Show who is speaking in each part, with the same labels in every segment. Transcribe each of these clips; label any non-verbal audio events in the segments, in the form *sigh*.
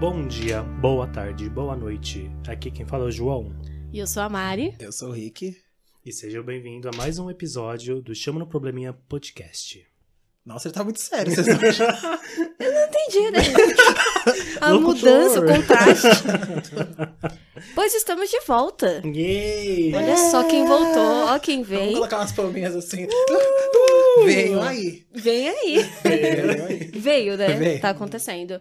Speaker 1: Bom dia, boa tarde, boa noite. Aqui quem fala é o João.
Speaker 2: E eu sou a Mari.
Speaker 3: Eu sou o Rick.
Speaker 1: E seja bem-vindo a mais um episódio do Chama no Probleminha Podcast.
Speaker 3: Nossa, ele tá muito sério. Vocês não acham?
Speaker 2: Entendi, né? *laughs* A
Speaker 1: Locutor.
Speaker 2: mudança, o contraste. *laughs* pois estamos de volta.
Speaker 1: Yay! *laughs*
Speaker 2: Olha só quem voltou, ó quem
Speaker 3: Vamos
Speaker 2: veio.
Speaker 3: colocar umas palminhas assim. Veio aí.
Speaker 2: Vem aí.
Speaker 3: Veio aí.
Speaker 2: Veio, né?
Speaker 3: Veio.
Speaker 2: Tá acontecendo.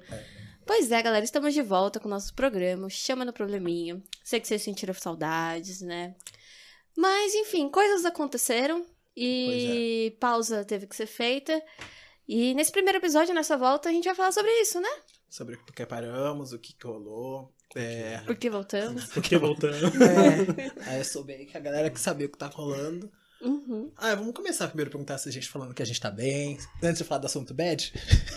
Speaker 2: Pois é, galera, estamos de volta com o nosso programa, o Chama no Probleminha. Sei que vocês sentiram saudades, né? Mas, enfim, coisas aconteceram e pausa teve que ser feita. E nesse primeiro episódio, nessa volta, a gente vai falar sobre isso, né?
Speaker 3: Sobre o que paramos, o que que rolou. É.
Speaker 2: Porque voltamos.
Speaker 1: Porque voltando.
Speaker 3: é. Aí eu sou bem que a galera que sabia o que tá rolando.
Speaker 2: Uhum.
Speaker 3: Ah, vamos começar primeiro a perguntar se a gente falando que a gente tá bem. Antes de falar do assunto bad.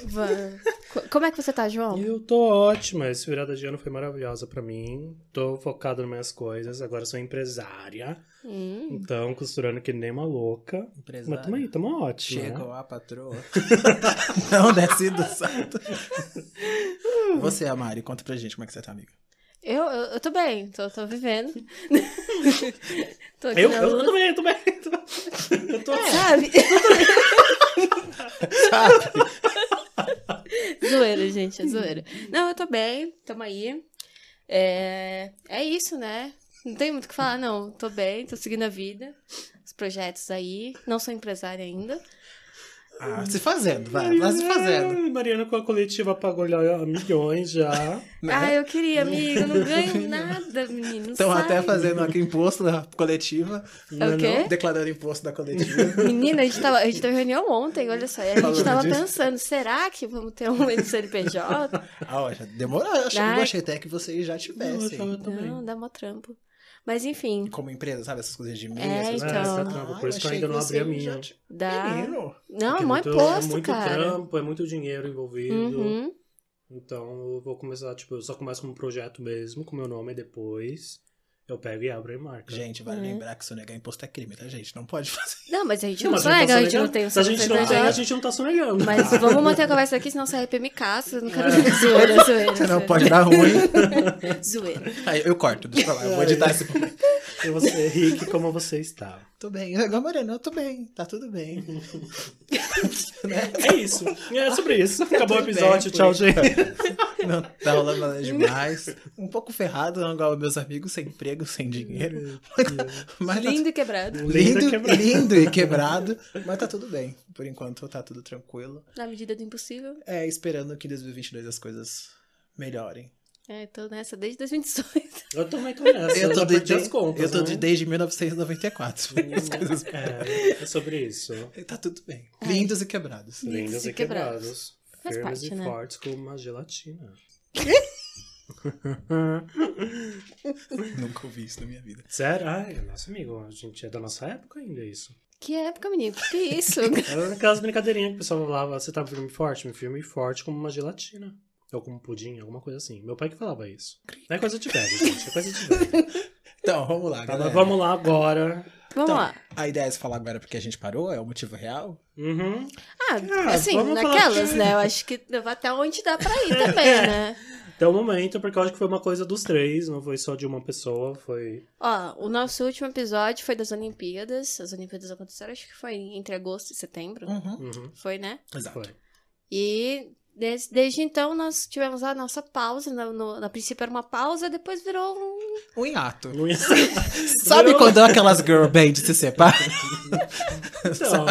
Speaker 2: Van. Co- Como é que você tá, João?
Speaker 1: Eu tô ótima. Esse virada de ano foi maravilhosa pra mim. Tô focado nas minhas coisas. Agora sou empresária.
Speaker 2: Hum.
Speaker 1: Então, costurando que nem uma louca. Mas tamo aí, né?
Speaker 3: Empresário.
Speaker 1: tamo ótima.
Speaker 3: Chegou a patroa. *laughs* não desce do salto. Você, Amari, conta pra gente como é que você tá, amiga.
Speaker 2: Eu, eu, eu tô bem, tô, tô vivendo. tô aqui
Speaker 1: Eu,
Speaker 2: na É.
Speaker 1: eu
Speaker 2: luta.
Speaker 1: tô bem, eu tô bem. eu tô- Eu tô
Speaker 2: Sabe?
Speaker 3: Sabe?
Speaker 2: *laughs* zoeira, gente, é zoeira. Não, eu tô bem, tamo aí. É, é isso, né? Não tem muito o que falar, não. Tô bem, tô seguindo a vida. Os projetos aí. Não sou empresária ainda.
Speaker 3: Ah, se fazendo, vai. Vai se
Speaker 1: Ai,
Speaker 3: fazendo.
Speaker 1: assim, né? Mariana com a coletiva pagou olha, milhões já.
Speaker 3: né?
Speaker 2: Ah, eu queria, amigo. eu Não ganho nada, menino.
Speaker 3: Estão
Speaker 2: sai.
Speaker 3: até fazendo aqui imposto da coletiva. né,
Speaker 2: É o quê?
Speaker 3: Declarando imposto da coletiva.
Speaker 2: Menina, a gente, tava, a gente teve reunião ontem, olha só. E a gente
Speaker 3: Falando
Speaker 2: tava
Speaker 3: disso.
Speaker 2: pensando, será que vamos ter um CNPJ?
Speaker 3: *laughs* ah, ó, já demorou. Eu achei,
Speaker 2: Ai.
Speaker 3: eu achei até que vocês já tivessem.
Speaker 1: eu também.
Speaker 2: Não, dá mó trampo. Mas enfim,
Speaker 3: E Como empresa, sabe? Essas coisas de
Speaker 2: É,
Speaker 3: e-mail. essas
Speaker 2: então.
Speaker 3: coisas.
Speaker 2: É,
Speaker 1: essa trampa, por
Speaker 3: eu
Speaker 1: isso que eu
Speaker 3: achei
Speaker 1: ainda não abri a
Speaker 3: vocês
Speaker 1: minha.
Speaker 3: já ti-
Speaker 2: dá.
Speaker 3: Menino.
Speaker 2: Não,
Speaker 1: Porque
Speaker 2: mó
Speaker 1: muito-
Speaker 2: imposto,
Speaker 1: É muito
Speaker 2: cara.
Speaker 1: trampo, é muito dinheiro envolvido.
Speaker 2: Uhum.
Speaker 1: Então eu vou começar, tipo, eu só começo com um projeto mesmo, com meu nome, e depois eu pego e abro e marco.
Speaker 3: Gente, vale
Speaker 2: É.
Speaker 3: lembrar que sonegar imposto é crime, tá, gente? Não pode fazer.
Speaker 2: Não, mas a gente
Speaker 1: Não,
Speaker 2: não,
Speaker 1: mas
Speaker 2: sonega,
Speaker 1: tá
Speaker 2: a gente não
Speaker 1: sonegando.
Speaker 2: tem o
Speaker 1: Se a gente não tem, a
Speaker 2: CNPJ.
Speaker 1: gente não tá sonegando.
Speaker 2: Mas vamos manter a conversa aqui, senão o CRP me caça. Eu não quero
Speaker 1: É.
Speaker 2: zoeira,
Speaker 1: *laughs*
Speaker 2: zoeira.
Speaker 3: Você *laughs* não
Speaker 2: zoeira.
Speaker 3: pode dar ruim.
Speaker 2: *laughs* Zoeira.
Speaker 3: Aí eu corto, deixa pra lá. Eu vou editar esse momento.
Speaker 1: E você, Rick, como você está?
Speaker 3: Tô bem. Agora, Mariana, eu tô bem. Tá tudo *laughs* bem. Né?
Speaker 1: É isso. É sobre
Speaker 2: *laughs*
Speaker 1: isso. Acabou o
Speaker 3: Tudo bem,
Speaker 1: episódio.
Speaker 3: por
Speaker 1: Tchau,
Speaker 3: isso.
Speaker 1: gente.
Speaker 3: *laughs* Não tá rolando nada demais. Um pouco ferrado, não igual meus amigos, sem emprego, sem dinheiro. *laughs* Mas tá
Speaker 2: Lindo e quebrado.
Speaker 1: Lindo e
Speaker 3: Lindo,
Speaker 1: quebrado.
Speaker 3: lindo e quebrado, mas tá tudo bem. Por enquanto tá tudo tranquilo.
Speaker 2: Na medida do impossível.
Speaker 3: É, esperando que em 2022 as coisas melhorem.
Speaker 2: É, tô nessa desde 2018.
Speaker 1: Eu também tô nessa. Eu, já
Speaker 3: de-
Speaker 1: perdi as contas.
Speaker 3: eu tô
Speaker 1: né?
Speaker 3: de-
Speaker 1: *laughs*
Speaker 3: desde 1994. As coisas-
Speaker 1: É, é sobre isso.
Speaker 3: *laughs* Tá tudo bem.
Speaker 1: É.
Speaker 3: Lindos e quebrados.
Speaker 1: Lindos e quebrados.
Speaker 2: Faz
Speaker 1: Firmes
Speaker 2: parte,
Speaker 1: e
Speaker 2: né?
Speaker 1: fortes como uma gelatina. *laughs*
Speaker 3: Nunca ouvi isso na minha vida.
Speaker 1: Sério? Ai, é nosso amigo, a gente é da nossa época ainda, isso.
Speaker 2: Que época, menino? Que, que é isso?
Speaker 1: Era aquelas brincadeirinhas que o pessoal falava, você tá um filme forte? Um filme forte como uma gelatina. Ou como um pudim, alguma coisa assim. Meu pai que falava isso. Não é coisa de velho, gente. É coisa de
Speaker 3: *laughs*
Speaker 1: velho.
Speaker 3: Então, vamos lá,
Speaker 1: Tá,
Speaker 3: galera.
Speaker 1: mas vamos lá agora.
Speaker 2: Vamos
Speaker 3: Então,
Speaker 2: lá.
Speaker 3: a ideia é se falar agora porque a gente parou? É o motivo real?
Speaker 1: Uhum.
Speaker 2: Ah,
Speaker 1: Ah,
Speaker 2: assim,
Speaker 1: vamos falar
Speaker 2: naquelas,
Speaker 1: que-
Speaker 2: né? Eu acho que vai até onde dá pra ir também, né?
Speaker 1: Até o momento, porque eu acho que foi uma coisa dos três, não foi só de uma pessoa, foi.
Speaker 2: Ó, o nosso último episódio foi das Olimpíadas. As Olimpíadas aconteceram, acho que foi entre agosto e setembro.
Speaker 3: Uhum.
Speaker 1: Uhum.
Speaker 2: Foi, né?
Speaker 3: Exato.
Speaker 1: Foi.
Speaker 2: E des- desde então nós tivemos a nossa pausa. Na, no- na princípio era uma pausa, depois virou um.
Speaker 3: Um hiato.
Speaker 1: Não ia
Speaker 3: *laughs* Sabe quando é aquelas *laughs* girl bands se separam?
Speaker 1: Então,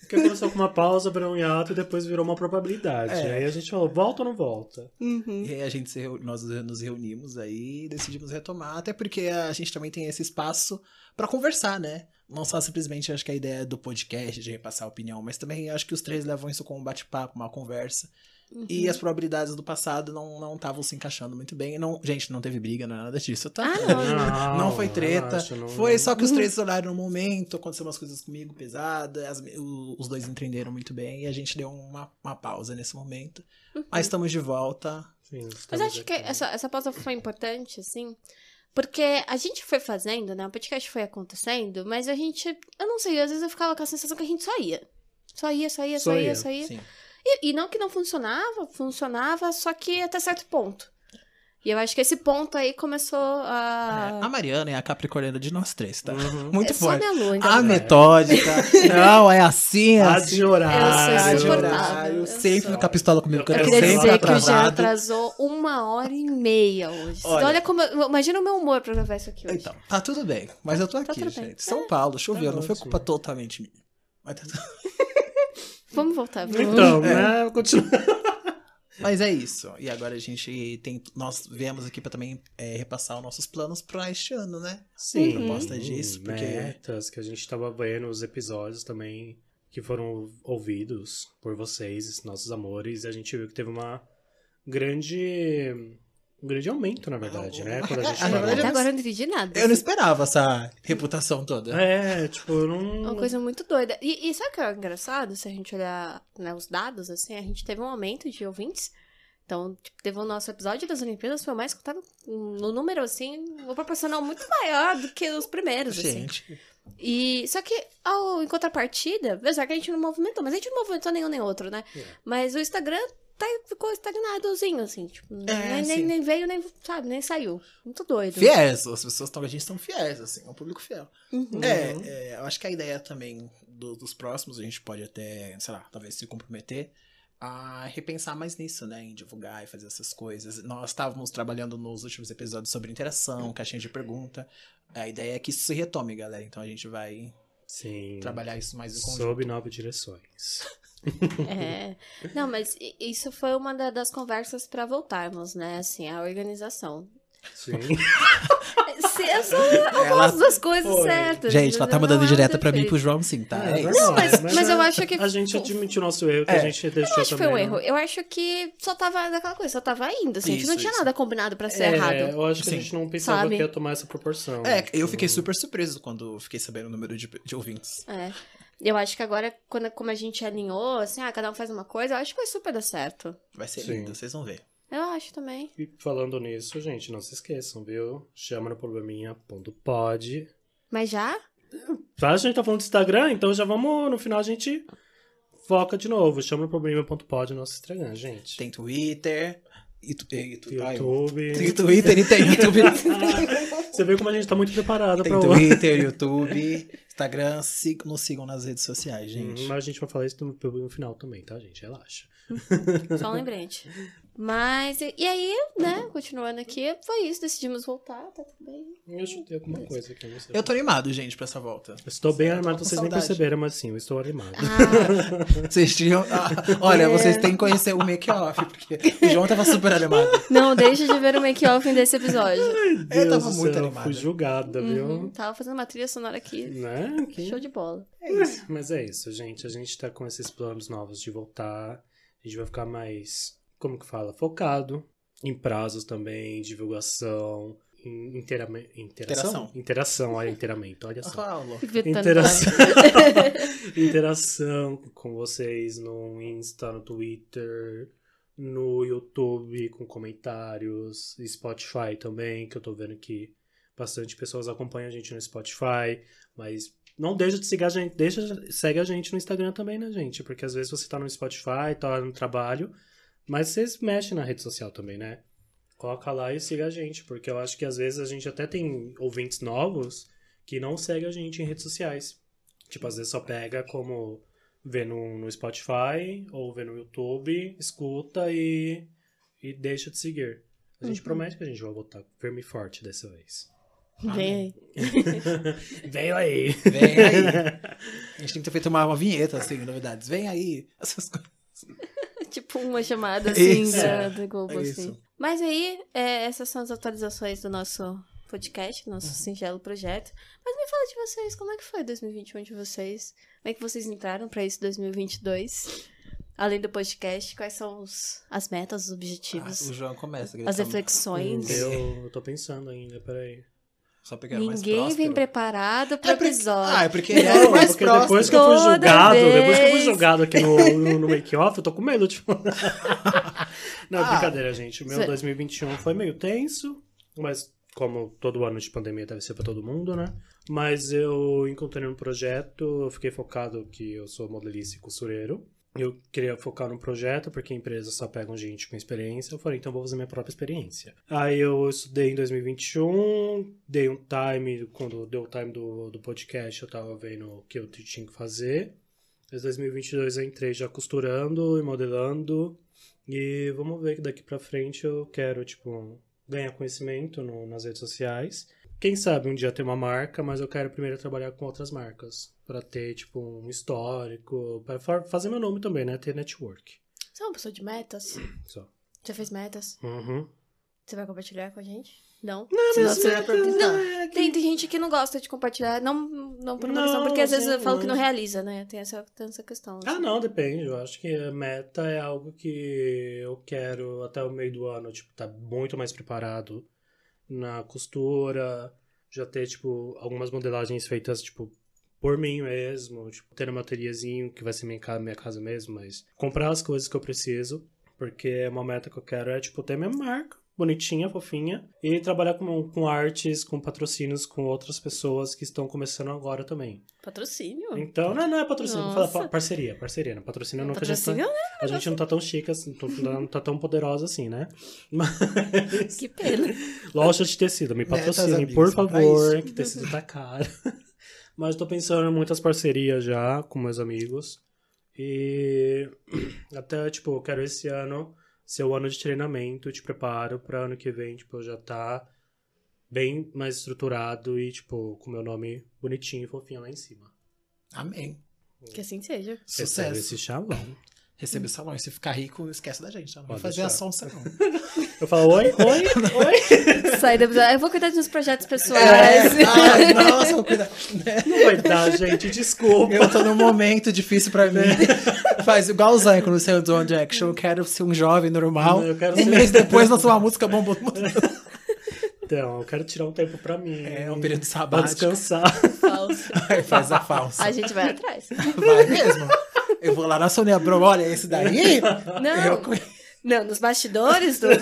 Speaker 1: porque começou com uma pausa, virou um hiato e depois virou uma probabilidade.
Speaker 3: É.
Speaker 1: Aí a gente falou, volta ou não volta?
Speaker 3: E aí a gente se reu- nós nos reunimos aí e decidimos retomar, até porque a gente também tem esse espaço pra conversar, né? Não só simplesmente acho que a ideia do podcast de repassar a opinião, mas também acho que os três levam isso como um bate-papo, uma conversa.
Speaker 2: Uhum.
Speaker 3: E as probabilidades do passado não não estavam se encaixando muito bem. E não, gente, não teve briga, não é nada disso, tá?
Speaker 2: Ah, não.
Speaker 1: Não,
Speaker 3: Não foi treta.
Speaker 1: relaxa, não-
Speaker 3: Foi só que os três
Speaker 2: Uhum.
Speaker 3: olharam no momento, aconteceram umas coisas comigo pesadas, as- o- os dois entenderam muito bem e a gente deu uma, uma pausa nesse momento.
Speaker 2: Uhum.
Speaker 3: Mas estamos de volta.
Speaker 1: Sim,
Speaker 2: Mas
Speaker 1: estamos
Speaker 2: acho que
Speaker 1: aqui.
Speaker 2: essa, essa pausa foi importante, assim. Porque a gente foi fazendo, né? O podcast foi acontecendo, mas a gente. Eu não sei, às vezes eu ficava com a sensação que a gente só ia. Só ia, só ia, só,
Speaker 1: Só
Speaker 2: ia,
Speaker 1: ia,
Speaker 2: só ia.
Speaker 3: Sim.
Speaker 2: E, e não que não funcionava, funcionava, só que até certo ponto. E eu acho que esse ponto aí começou a.
Speaker 3: É, a Mariana é a capricorniana de nós três, tá?
Speaker 1: Uhum.
Speaker 3: Muito
Speaker 2: é só
Speaker 3: forte. Ah,
Speaker 2: minha lua, então.
Speaker 3: A metódica.
Speaker 2: *laughs*
Speaker 3: Não, é assim, é
Speaker 1: Há
Speaker 3: assim.
Speaker 1: de horário.
Speaker 2: Eu sou
Speaker 3: Ah, de
Speaker 2: insuportável.
Speaker 3: horário,
Speaker 2: Eu
Speaker 3: sempre
Speaker 2: sou.
Speaker 3: fica pistola comigo, que eu
Speaker 2: Eu
Speaker 3: tô
Speaker 2: queria
Speaker 3: sempre
Speaker 2: dizer que é o Jean
Speaker 3: tá atrasado.
Speaker 2: atrasou uma hora e meia hoje. Então,
Speaker 3: Olha-
Speaker 2: Olha, como. eu- Imagina o meu humor pra gravar isso aqui hoje.
Speaker 3: Então, tá tudo bem, mas eu tô
Speaker 2: tá
Speaker 3: aqui,
Speaker 2: tudo bem.
Speaker 3: gente. São Paulo, choveu,
Speaker 1: Tá
Speaker 3: não foi
Speaker 1: ótimo.
Speaker 3: culpa totalmente minha. Mas, tá tudo-
Speaker 2: Vamos voltar. Vamos.
Speaker 3: Uhum.
Speaker 1: Então,
Speaker 3: É.
Speaker 1: né? Continua.
Speaker 3: mas é isso. E agora a gente tem. Nós viemos aqui pra também é, repassar os nossos planos pra este ano, né?
Speaker 1: Sim,
Speaker 2: Uhum.
Speaker 3: proposta disso, porque-
Speaker 1: metas que a gente tava vendo os episódios também que foram ouvidos por vocês, nossos amores, e a gente viu que teve uma grande um grande aumento, na verdade, né? Quando a gente
Speaker 2: *laughs*
Speaker 3: Na É verdade,
Speaker 2: Até
Speaker 1: falou.
Speaker 3: eu não-
Speaker 2: agora eu não entendi nada.
Speaker 3: Eu não esperava essa reputação toda.
Speaker 1: É, tipo, eu
Speaker 2: É Uma
Speaker 1: não
Speaker 2: coisa muito doida. E, e sabe o que é engraçado? Se a gente olhar né, os dados, assim, a gente teve um aumento de ouvintes. Então, tipo, teve o nosso episódio das Olimpíadas, foi o mais escutado no número, assim, um proporcional muito maior do que os primeiros, assim.
Speaker 3: Gente,
Speaker 2: E, só que, ao, em contrapartida, apesar que a gente não movimentou, mas a gente não movimentou nenhum nem outro, né?
Speaker 1: É.
Speaker 2: Mas o Instagram tá, ficou estagnadozinho, assim, tipo, nem,
Speaker 3: sim.
Speaker 2: nem, nem veio, nem, sabe, nem saiu. Muito doido.
Speaker 3: fiéis, as pessoas estão, a gente são fiéis, assim, é um público fiel.
Speaker 2: Uhum.
Speaker 3: É, é, eu acho que a ideia também do- dos próximos, a gente pode até, sei lá, talvez se comprometer a repensar mais nisso, né? Em divulgar e fazer essas coisas. Nós estávamos trabalhando nos últimos episódios sobre interação, caixinha de pergunta. A ideia é que isso se retome, galera. Então a gente vai
Speaker 1: sim,
Speaker 3: trabalhar isso mais em conjunto.
Speaker 1: sob nove direções.
Speaker 2: É. Não, mas i- isso foi uma da- das conversas pra voltarmos, né? Assim, a organização.
Speaker 1: Sim.
Speaker 2: Se- Eu só
Speaker 1: *laughs*
Speaker 2: eu
Speaker 3: Ela-
Speaker 2: gosto das coisas
Speaker 1: Foi.
Speaker 2: certas.
Speaker 3: Gente, ela
Speaker 2: mas
Speaker 3: tá
Speaker 2: eu
Speaker 3: mandando
Speaker 2: não
Speaker 3: direta
Speaker 2: acho
Speaker 3: pra mim e pro
Speaker 2: perfeito.
Speaker 3: João, sim, tá?
Speaker 1: É,
Speaker 3: É
Speaker 1: vai
Speaker 3: isso.
Speaker 1: lá,
Speaker 2: mas- mas eu acho que-
Speaker 1: a gente admitiu nosso erro, que
Speaker 3: É.
Speaker 1: a gente deixou
Speaker 2: Eu acho que foi um
Speaker 1: também, né?
Speaker 2: erro. Eu acho que só tava daquela coisa, só tava indo. Assim, a gente
Speaker 3: Isso,
Speaker 2: não tinha
Speaker 3: isso.
Speaker 2: nada combinado pra ser
Speaker 1: É,
Speaker 2: errado.
Speaker 1: eu acho que
Speaker 3: Sim.
Speaker 1: a gente não pensava
Speaker 2: Sabe?
Speaker 1: que ia tomar essa proporção.
Speaker 3: É, eu fiquei
Speaker 1: super
Speaker 3: super surpreso quando fiquei sabendo o número de, de ouvintes.
Speaker 2: É. Eu acho que agora, quando, como a gente alinhou, assim, ah, cada um faz uma coisa, eu acho que vai super dar certo.
Speaker 3: Vai ser
Speaker 1: Sim.
Speaker 3: lindo, vocês vão ver.
Speaker 2: Eu acho também.
Speaker 1: E falando nisso, gente, não se esqueçam, viu? Chama no probleminha.pod.
Speaker 2: Mas já?
Speaker 1: Tá, a gente tá falando do Instagram, então já vamos. No final a gente foca de novo. Chama no probleminha.pod no nosso Instagram, gente.
Speaker 3: Tem Twitter. E, tu- e, tu- ai,
Speaker 1: YouTube.
Speaker 3: Tem Twitter e tem YouTube.
Speaker 1: Você vê como a gente tá muito preparado
Speaker 3: Tem
Speaker 1: pra hoje.
Speaker 3: Twitter, YouTube, *laughs* Instagram, sig- nos sigam nas redes sociais, gente.
Speaker 1: Hum, Mas a gente vai falar isso no, no final também, tá, gente? Relaxa.
Speaker 2: Só um lembrete. Mas, e e aí, né, continuando aqui, foi isso, decidimos voltar, tá tudo bem.
Speaker 1: Eu chutei alguma coisa aqui, não sei.
Speaker 3: Eu tô animado, gente, pra essa volta.
Speaker 1: Eu Estou bem
Speaker 3: Eu tô
Speaker 1: animado,
Speaker 3: com
Speaker 1: vocês nem
Speaker 3: saudade.
Speaker 1: perceberam, mas sim, eu estou animado.
Speaker 3: *laughs*
Speaker 2: Ah,
Speaker 3: Vocês tinham. Ah, olha,
Speaker 2: É.
Speaker 3: vocês têm que conhecer o make-off, porque o João tava super animado.
Speaker 2: não deixa de ver o make-off desse episódio.
Speaker 1: Meu Deus
Speaker 3: tava
Speaker 1: do
Speaker 3: muito
Speaker 1: céu,
Speaker 3: animado.
Speaker 1: Fui julgada,
Speaker 3: Tá
Speaker 2: Uhum,
Speaker 1: viu?
Speaker 2: tava fazendo uma trilha sonora aqui.
Speaker 1: Né? Que-
Speaker 2: Show de bola.
Speaker 1: Mas é isso, gente. A gente tá com esses planos novos de voltar. A gente vai ficar mais, como que fala? Focado em prazos também, divulgação, em interame- interação.
Speaker 3: Interação.
Speaker 1: Interação, olha, interamento, olha só.
Speaker 3: Paulo.
Speaker 2: Inventando
Speaker 1: Interação. *laughs* interação com vocês no Insta, no Twitter, no YouTube, com comentários, Spotify também, que eu tô vendo que bastante pessoas acompanham a gente no Spotify, mas não deixa de seguir a gente, deixa, segue a gente no Instagram também, né, gente? Porque às vezes você tá no Spotify, tá no trabalho, mas vocês mexem na rede social também, né? Coloca lá e siga a gente, porque eu acho que às vezes a gente até tem ouvintes novos que não seguem a gente em redes sociais. Tipo, às vezes só pega como vê no, no Spotify ou vê no YouTube, escuta e, e deixa de seguir. A gente
Speaker 2: Uhum.
Speaker 1: promete que a gente vai voltar firme e forte dessa vez. *laughs*
Speaker 2: Vem.
Speaker 1: Veio aí!
Speaker 3: Vem aí. A gente tem que ter feito uma, uma vinheta, assim, novidades. Vem aí. Essas coisas.
Speaker 2: *laughs* tipo uma chamada assim
Speaker 3: Isso.
Speaker 2: da, da Globo,
Speaker 3: É
Speaker 2: assim.
Speaker 3: isso.
Speaker 2: Mas aí, é, essas são as atualizações do nosso podcast, do nosso singelo projeto. Mas me fala de vocês, como é que foi 2021 de vocês? Como é que vocês entraram pra esse 2022? Além do podcast, quais são os, as metas, os
Speaker 3: Ah,
Speaker 2: objetivos,
Speaker 3: o João começa. tá
Speaker 2: as
Speaker 3: gritando.
Speaker 2: reflexões?
Speaker 1: Eu, eu tô pensando ainda, peraí.
Speaker 3: Só porque era mais
Speaker 2: Ninguém vem
Speaker 3: próspero.
Speaker 2: preparado pro
Speaker 3: É porque-
Speaker 2: episódio.
Speaker 3: Ah, é porque
Speaker 2: *laughs*
Speaker 3: ele era o mais
Speaker 1: porque
Speaker 3: próspero.
Speaker 1: depois que eu fui
Speaker 2: Toda
Speaker 1: julgado, depois que eu fui
Speaker 2: vez.
Speaker 1: julgado aqui no, no, no make-off, eu tô com medo, tipo. *laughs* Não,
Speaker 3: Ah.
Speaker 1: brincadeira, gente. O meu
Speaker 2: Cê-
Speaker 1: 2021 foi meio tenso, mas como todo ano de pandemia deve ser pra todo mundo, né? Mas eu encontrei um projeto, eu fiquei focado que eu sou modelista e costureiro. eu queria focar no projeto, porque empresas só pegam gente com experiência. Eu falei, então vou fazer minha própria experiência. Aí eu estudei em 2021, dei um time, quando deu o time do, do podcast, eu tava vendo o que eu tinha que fazer. Em 2022 eu entrei já costurando e modelando. E vamos ver que daqui pra frente eu quero, tipo, ganhar conhecimento no, nas redes sociais. Quem sabe um dia ter uma marca, mas eu quero primeiro trabalhar com outras marcas. para ter, tipo, um histórico. para fazer meu nome também, né? Ter network.
Speaker 2: Você é uma pessoa de metas?
Speaker 1: Só.
Speaker 2: Já fez metas?
Speaker 1: Uhum.
Speaker 2: Você vai compartilhar com a gente? Não?
Speaker 3: Não,
Speaker 2: Senão
Speaker 3: mas
Speaker 2: você vai
Speaker 3: metas
Speaker 2: perguntar.
Speaker 3: é que-
Speaker 2: Tem, tem gente que não gosta de compartilhar, não, não por uma
Speaker 1: Não,
Speaker 2: questão, porque às vezes
Speaker 1: sim,
Speaker 2: eu falo que
Speaker 1: não.
Speaker 2: não realiza, né? Tem essa, tem essa questão.
Speaker 1: Ah, não, depende. Eu acho que a meta é algo que eu quero até o meio do ano, tipo, tá muito mais preparado na costura, já ter, tipo, algumas modelagens feitas, tipo, por mim mesmo, tipo, ter um ateliêzinho que vai ser minha casa, minha casa mesmo, mas comprar as coisas que eu preciso, porque é uma meta que eu quero é, tipo, ter minha marca bonitinha, fofinha, e trabalhar com, com artes, com patrocínios, com outras pessoas que estão começando agora também.
Speaker 2: Patrocínio?
Speaker 1: Então, não, não é patrocínio, vou falar
Speaker 2: Nossa.
Speaker 1: pa- parceria, parceria. Não, patrocínio nunca
Speaker 2: Patrocínio?
Speaker 1: a gente tá, a gente não tá tão chique, assim, não tá- não tá tão poderosa assim,
Speaker 2: *laughs*
Speaker 1: né? Mas, *laughs*
Speaker 2: Que pena.
Speaker 1: loja de tecido, me
Speaker 3: Metas,
Speaker 1: patrocine,
Speaker 3: amigos,
Speaker 1: por
Speaker 3: é pra
Speaker 1: favor,
Speaker 3: Né, isso.
Speaker 1: que tecido tá caro. *laughs* Mas eu tô pensando em muitas parcerias já com meus amigos. E *clears throat* até, tipo, eu quero esse ano ser o ano de treinamento, de preparo pra ano que vem, tipo, eu já tá bem mais estruturado e, tipo, com meu nome bonitinho e fofinho lá em cima.
Speaker 3: Amém.
Speaker 2: Que assim seja.
Speaker 1: Recebe
Speaker 3: Sucesso.
Speaker 1: esse chavão.
Speaker 3: Recebe o salão. E se ficar rico, esquece da gente. Tá? Não vai
Speaker 1: Pode
Speaker 3: fazer
Speaker 1: deixar.
Speaker 3: ação salão.
Speaker 2: *laughs*
Speaker 1: Eu falo, oi,
Speaker 3: *laughs*
Speaker 1: oi, oi.
Speaker 2: *laughs* Sai do episódio. Eu vou cuidar dos meus projetos pessoais.
Speaker 3: É.
Speaker 2: É,
Speaker 3: Ai, nossa, cuidado.
Speaker 1: Não vai dar, gente, desculpa.
Speaker 3: Eu tô num momento difícil
Speaker 1: *laughs*
Speaker 3: pra mim. Faz igual o Zayn quando saiu do One Direction. Eu quero ser um jovem normal.
Speaker 1: Eu quero
Speaker 3: um
Speaker 1: ser-
Speaker 3: mês depois lançou uma música bombou.
Speaker 1: Então, eu quero tirar um tempo pra mim.
Speaker 3: É um período
Speaker 1: Pra
Speaker 3: sabático.
Speaker 1: descansar.
Speaker 2: *laughs* Falso.
Speaker 3: Aí faz a falsa.
Speaker 2: tá. A gente vai atrás.
Speaker 3: Vai mesmo. Eu vou lá na Sônia Abrão. Olha, esse daí...
Speaker 2: Não.
Speaker 3: Eu conhe-
Speaker 2: Não, nos bastidores
Speaker 1: *laughs*
Speaker 2: do...
Speaker 1: Tá,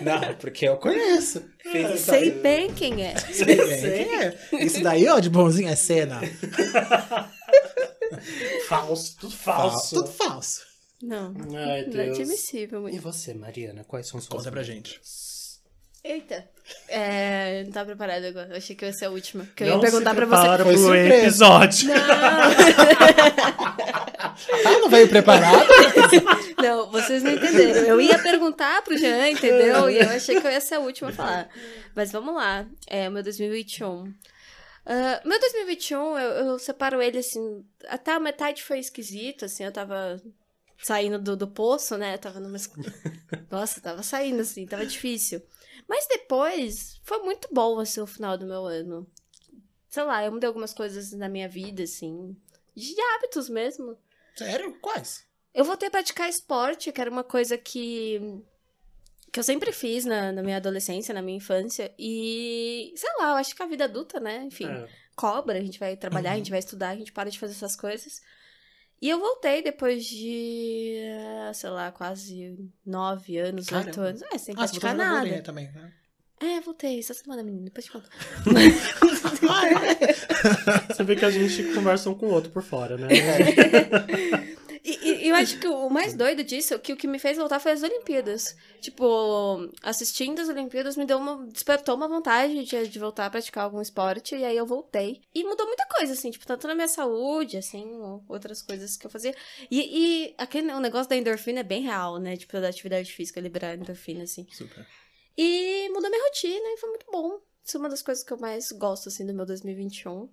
Speaker 3: Não, porque eu conheço. Fez essa-
Speaker 2: *laughs* Sei bem quem é.
Speaker 3: Sei bem quem é. Esse daí, ó, de bonzinho é cena.
Speaker 1: Falso, tudo
Speaker 3: Falso.
Speaker 1: falso.
Speaker 3: Tudo falso.
Speaker 2: Não.
Speaker 1: Ai,
Speaker 2: Não é
Speaker 1: Deus.
Speaker 2: admissível.
Speaker 1: E
Speaker 2: muito.
Speaker 1: você, Mariana, quais são suas...
Speaker 3: Conta pra gente.
Speaker 2: Eita. É, não tá preparada agora. Eu achei que eu ia ser a última. Que eu
Speaker 1: Não
Speaker 2: ia perguntar
Speaker 1: se
Speaker 2: pra você.
Speaker 1: prepara
Speaker 3: Foi
Speaker 1: pro
Speaker 3: surpresa.
Speaker 1: episódio.
Speaker 3: Ah, não veio preparado?
Speaker 2: Não, vocês não entenderam. Eu ia perguntar pro Jean, entendeu? E eu achei que eu ia ser a última a falar. Mas vamos lá. É, o meu 2021. Ah, meu 2021, eu, eu separo ele assim. Até a metade foi esquisito, assim. Eu tava saindo do, do poço, né? Eu tava numa. es- Nossa, tava saindo, assim. Tava difícil. Mas depois, foi muito bom, assim, o final do meu ano. Sei lá, eu mudei algumas coisas na minha vida, assim. De hábitos mesmo.
Speaker 3: Sério? Quais?
Speaker 2: Eu voltei a praticar esporte, que era uma coisa que, que eu sempre fiz na, na minha adolescência, na minha infância. E, sei lá, eu acho que a vida adulta, né? Enfim,
Speaker 1: É,
Speaker 2: cobra, a gente vai trabalhar, a gente vai estudar, a gente para de fazer essas coisas. E eu voltei depois de, eh, sei lá, quase nove anos, oito
Speaker 3: Caramba.
Speaker 2: anos. É, sem
Speaker 3: Ah, você
Speaker 2: praticar
Speaker 3: botou na bolinha
Speaker 2: nada.
Speaker 3: também, né?
Speaker 2: É, voltei essa semana, menina, depois te conto.
Speaker 1: Você vê que a gente conversa um com o outro por fora, né?
Speaker 2: E, e eu acho que o mais doido disso, é que o que me fez voltar foi as Olimpíadas. Tipo, assistindo as Olimpíadas me deu uma, despertou uma vontade de, de voltar a praticar algum esporte, e aí eu voltei. E mudou muita coisa, assim, tipo, tanto na minha saúde, assim, ou outras coisas que eu fazia. E, e aquele, o negócio da endorfina é bem real, né? Tipo, da atividade física, liberar endorfina, assim.
Speaker 3: *laughs* Super.
Speaker 2: E mudou minha rotina e foi muito bom. Isso é uma das coisas que eu mais gosto, assim, do meu 2021.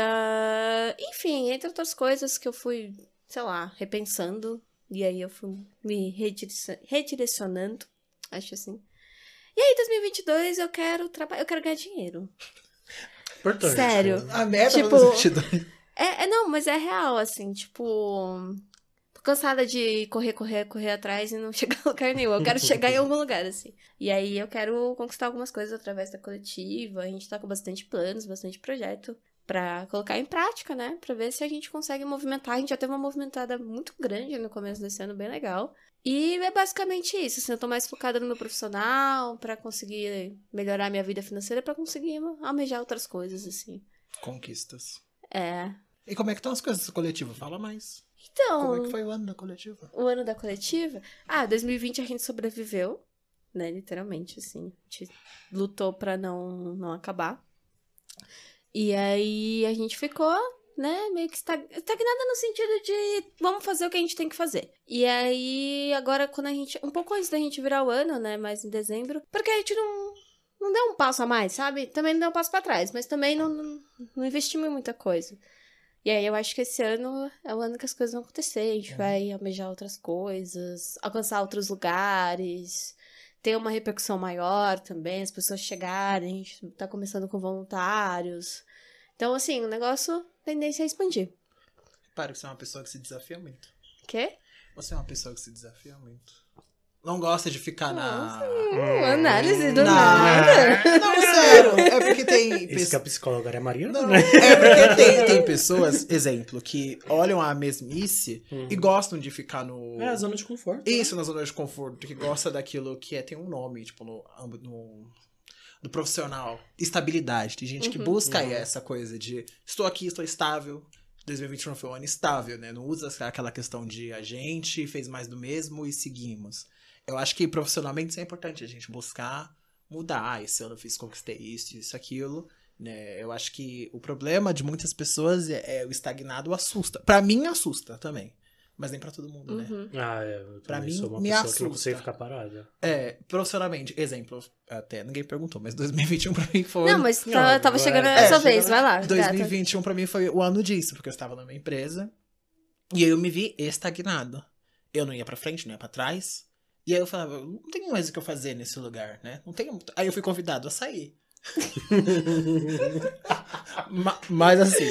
Speaker 2: Ah, enfim, entre outras coisas que eu fui, sei lá, repensando. E aí eu fui me redirecion- redirecionando, acho assim. E aí, 2022, eu quero trabalhar, eu quero ganhar dinheiro.
Speaker 1: Importante.
Speaker 2: Sério.
Speaker 1: né?
Speaker 3: A merda
Speaker 2: Tipo-
Speaker 3: no sentido.
Speaker 2: É, é, não, mas é real, assim, tipo. Tô cansada de correr, correr, correr atrás e não *laughs* chegar a lugar nenhum. Eu quero chegar em algum lugar, assim. E aí eu quero conquistar algumas coisas através da coletiva. A gente tá com bastante planos, bastante projeto pra colocar em prática, né? Pra ver se a gente consegue movimentar. A gente já teve uma movimentada muito grande no começo desse ano, bem legal. E é basicamente isso. Assim, eu tô mais focada no meu profissional, pra conseguir melhorar minha vida financeira, pra conseguir almejar outras coisas, assim.
Speaker 3: Conquistas.
Speaker 2: É.
Speaker 3: E como é que estão as coisas do coletivo? Fala mais.
Speaker 2: Então,
Speaker 3: Como é que foi o ano da coletiva?
Speaker 2: o ano da coletiva. Ah, 2020 a gente sobreviveu, né? Literalmente, assim. A gente lutou pra não, não acabar. E aí a gente ficou, né? Meio que estag- estagnada no sentido de vamos fazer o que a gente tem que fazer. E aí, agora, quando a gente. Um pouco antes da gente virar o ano, né? Mais em dezembro. Porque a gente não. Não deu um passo a mais, sabe? Também não deu um passo pra trás, mas também não, não, não investimos em muita coisa. E aí eu acho que esse ano é o ano que as coisas vão acontecer. A gente
Speaker 3: É.
Speaker 2: vai almejar outras coisas, alcançar outros lugares, ter uma repercussão maior também, as pessoas chegarem, a gente tá começando com voluntários. Então, assim, o negócio, tendência é expandir.
Speaker 3: Repara que você é uma pessoa que se desafia muito.
Speaker 2: Quê?
Speaker 3: Você é uma pessoa que se desafia muito. Não gosta de ficar na.
Speaker 2: Hum, análise do
Speaker 3: na-
Speaker 2: nada.
Speaker 3: Não, sério. É porque tem.
Speaker 1: Esse que
Speaker 3: pessoas.
Speaker 1: a psicóloga era a Mariana,
Speaker 3: Não,
Speaker 1: né?
Speaker 3: *laughs* é porque tem, tem pessoas, exemplo, que olham a mesmice
Speaker 1: Hum.
Speaker 3: e gostam de ficar no.
Speaker 1: É a zona de conforto.
Speaker 3: Isso na zona de conforto, que gosta daquilo que é, tem um nome, tipo, no, âmbu- no, do profissional. Estabilidade. Tem gente que
Speaker 2: Uhum.
Speaker 3: busca
Speaker 1: Uhum.
Speaker 3: essa coisa de estou aqui, estou estável. 2021 foi um ano estável, né? Não usa aquela questão de a gente fez mais do mesmo e seguimos. Eu acho que profissionalmente isso é importante, a gente buscar mudar. Ah, Esse ano eu fiz, conquistei isso, isso, aquilo. Né? Eu acho que o problema de muitas pessoas é, é o estagnado assusta. Pra mim assusta também. Mas nem pra todo mundo, né?
Speaker 2: Uhum.
Speaker 1: Ah, é. Eu
Speaker 3: Pra
Speaker 1: também
Speaker 3: mim,
Speaker 1: sou uma
Speaker 3: me
Speaker 1: pessoa que não
Speaker 3: assusta.
Speaker 1: consegue ficar parada.
Speaker 3: É, profissionalmente, exemplo, até ninguém perguntou, mas 2021 pra mim foi.
Speaker 2: Não, mas
Speaker 1: Não,
Speaker 2: tava, tava
Speaker 1: é,
Speaker 2: chegando
Speaker 1: é,
Speaker 2: a sua
Speaker 3: chegando-
Speaker 2: vez, vai lá. Gata.
Speaker 3: 2021 pra mim foi o ano disso, porque eu estava numa empresa e aí eu me vi estagnado. Eu não ia pra frente, não ia pra trás. E aí eu falava, não tem mais o que eu fazer nesse lugar, né? Não tem. muito- Aí eu fui convidado a sair. Ma- mas assim.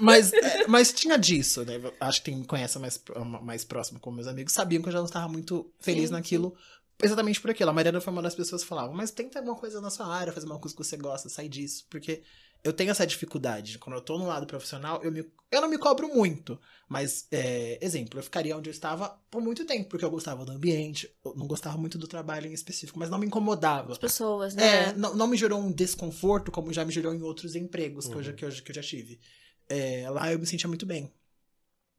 Speaker 3: Mas, é, mas tinha disso, né? Acho que quem me conhece mais, pro- mais próximo com meus amigos sabiam que eu já não estava muito feliz
Speaker 2: Sim,
Speaker 3: naquilo. Exatamente por aquilo. A Mariana foi uma das pessoas que falava, mas tenta alguma coisa na sua área, fazer uma coisa que você gosta, sai disso. Porque eu tenho essa dificuldade. Quando eu tô no lado profissional, eu, me- eu não me cobro muito. Mas, é, exemplo, eu ficaria onde eu estava por muito tempo, porque eu gostava do ambiente, eu não gostava muito do trabalho em específico, mas não me incomodava.
Speaker 2: As pessoas, né?
Speaker 3: É, não, não me gerou um desconforto como já me gerou em outros empregos que, eu já, que, eu, já- que eu já tive. É, lá eu me sentia muito bem.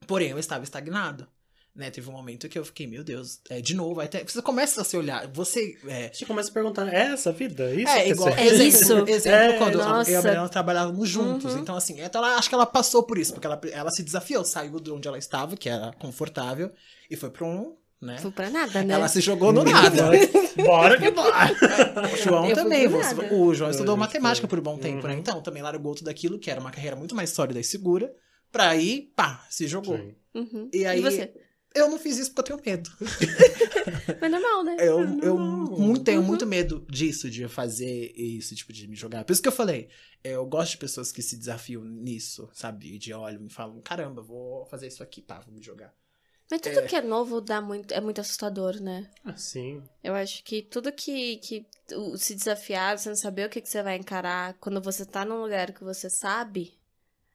Speaker 3: Porém, eu estava estagnado. Né? Teve um momento que eu fiquei, meu Deus, é, de novo, até. Você começa a se olhar. Você. É,
Speaker 1: Você começa a perguntar, é essa a vida? Isso
Speaker 3: é
Speaker 1: que *laughs*
Speaker 3: igual.
Speaker 1: ser?
Speaker 2: É isso.
Speaker 3: Exemplo,
Speaker 1: É,
Speaker 3: quando
Speaker 2: nossa.
Speaker 3: eu e a Mariana trabalhávamos juntos.
Speaker 2: Uhum.
Speaker 3: Então, assim, então ela, acho que ela passou por isso, porque ela, ela se desafiou, saiu de onde ela estava, que era confortável, e foi pra um. Né?
Speaker 2: Foi pra nada, né?
Speaker 3: Ela se jogou
Speaker 1: Uhum.
Speaker 3: no nada.
Speaker 1: Bora
Speaker 3: *laughs*
Speaker 1: que bora!
Speaker 3: O João
Speaker 2: Eu fui
Speaker 3: também.
Speaker 2: do
Speaker 3: você-
Speaker 2: nada.
Speaker 3: O João estudou
Speaker 1: Eu
Speaker 3: matemática
Speaker 1: fui.
Speaker 3: por um bom tempo, né?
Speaker 1: Uhum.
Speaker 3: Então, também largou tudo aquilo, que era uma carreira muito mais sólida e segura, pra aí, pá, se jogou.
Speaker 1: Sim.
Speaker 2: Uhum.
Speaker 3: E aí-
Speaker 2: você?
Speaker 3: Eu não fiz isso porque eu tenho medo.
Speaker 2: Mas normal, né?
Speaker 3: Eu,
Speaker 2: Normal.
Speaker 3: eu muito, tenho muito medo disso, de fazer isso, tipo, de me jogar. Por isso que eu falei, eu gosto de pessoas que se desafiam nisso, sabe? De olham e falam, caramba, vou fazer isso aqui, pá, vou me jogar.
Speaker 2: Mas tudo que é novo dá muito, é muito assustador, né?
Speaker 1: Ah, sim.
Speaker 2: Eu acho que tudo que, que o- se desafiar, você não saber o que, que você vai encarar, quando você tá num lugar que você sabe,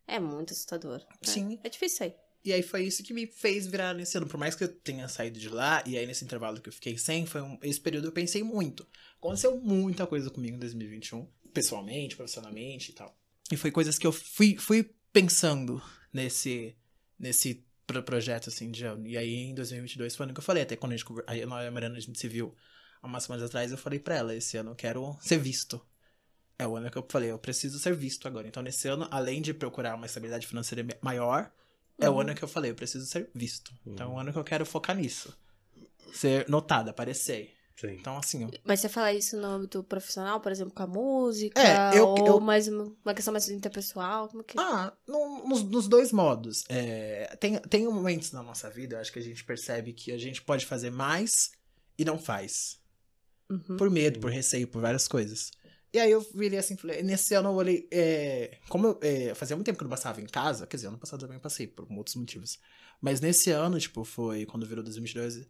Speaker 2: é muito assustador. né?
Speaker 3: Sim.
Speaker 2: É difícil aí.
Speaker 3: E aí foi isso que me fez virar nesse ano. Por mais que eu tenha saído de lá, e aí nesse intervalo que eu fiquei sem, foi um, esse período eu pensei muito. Aconteceu muita coisa comigo em 2021, pessoalmente, profissionalmente e tal. E foi coisas que eu fui, fui pensando nesse, nesse pro- projeto, assim, de ano. E aí em 2022 foi o ano que eu falei, até quando a gente conver- aí eu e a Mariana a gente se viu há umas semanas atrás, eu falei pra ela, esse ano eu quero ser visto. É o ano que eu falei, eu preciso ser visto agora. Então, nesse ano, além de procurar uma estabilidade financeira me- maior, é o
Speaker 2: Uhum.
Speaker 3: ano que eu falei, eu preciso ser visto.
Speaker 1: Uhum.
Speaker 3: Então é o ano que eu quero focar nisso. Ser notado, aparecer.
Speaker 1: Sim.
Speaker 3: Então, assim, ó,
Speaker 2: Mas você fala isso no âmbito profissional, por exemplo, com a música?
Speaker 3: É, eu-
Speaker 2: ou
Speaker 3: eu-
Speaker 2: mais uma, uma questão mais interpessoal? Como que... é?
Speaker 3: Ah, no- nos, nos dois modos. É, tem, tem momentos na nossa vida, eu acho que a gente percebe que a gente pode fazer mais e não faz.
Speaker 2: Uhum.
Speaker 3: Por medo,
Speaker 1: Sim.
Speaker 3: por receio, por várias coisas. E aí eu virei assim, falei, nesse ano eu olhei. é, como eu, é, fazia muito tempo que eu não passava em casa, quer dizer, ano passado também eu passei, por outros motivos. Mas nesse ano, tipo, foi quando virou 2022.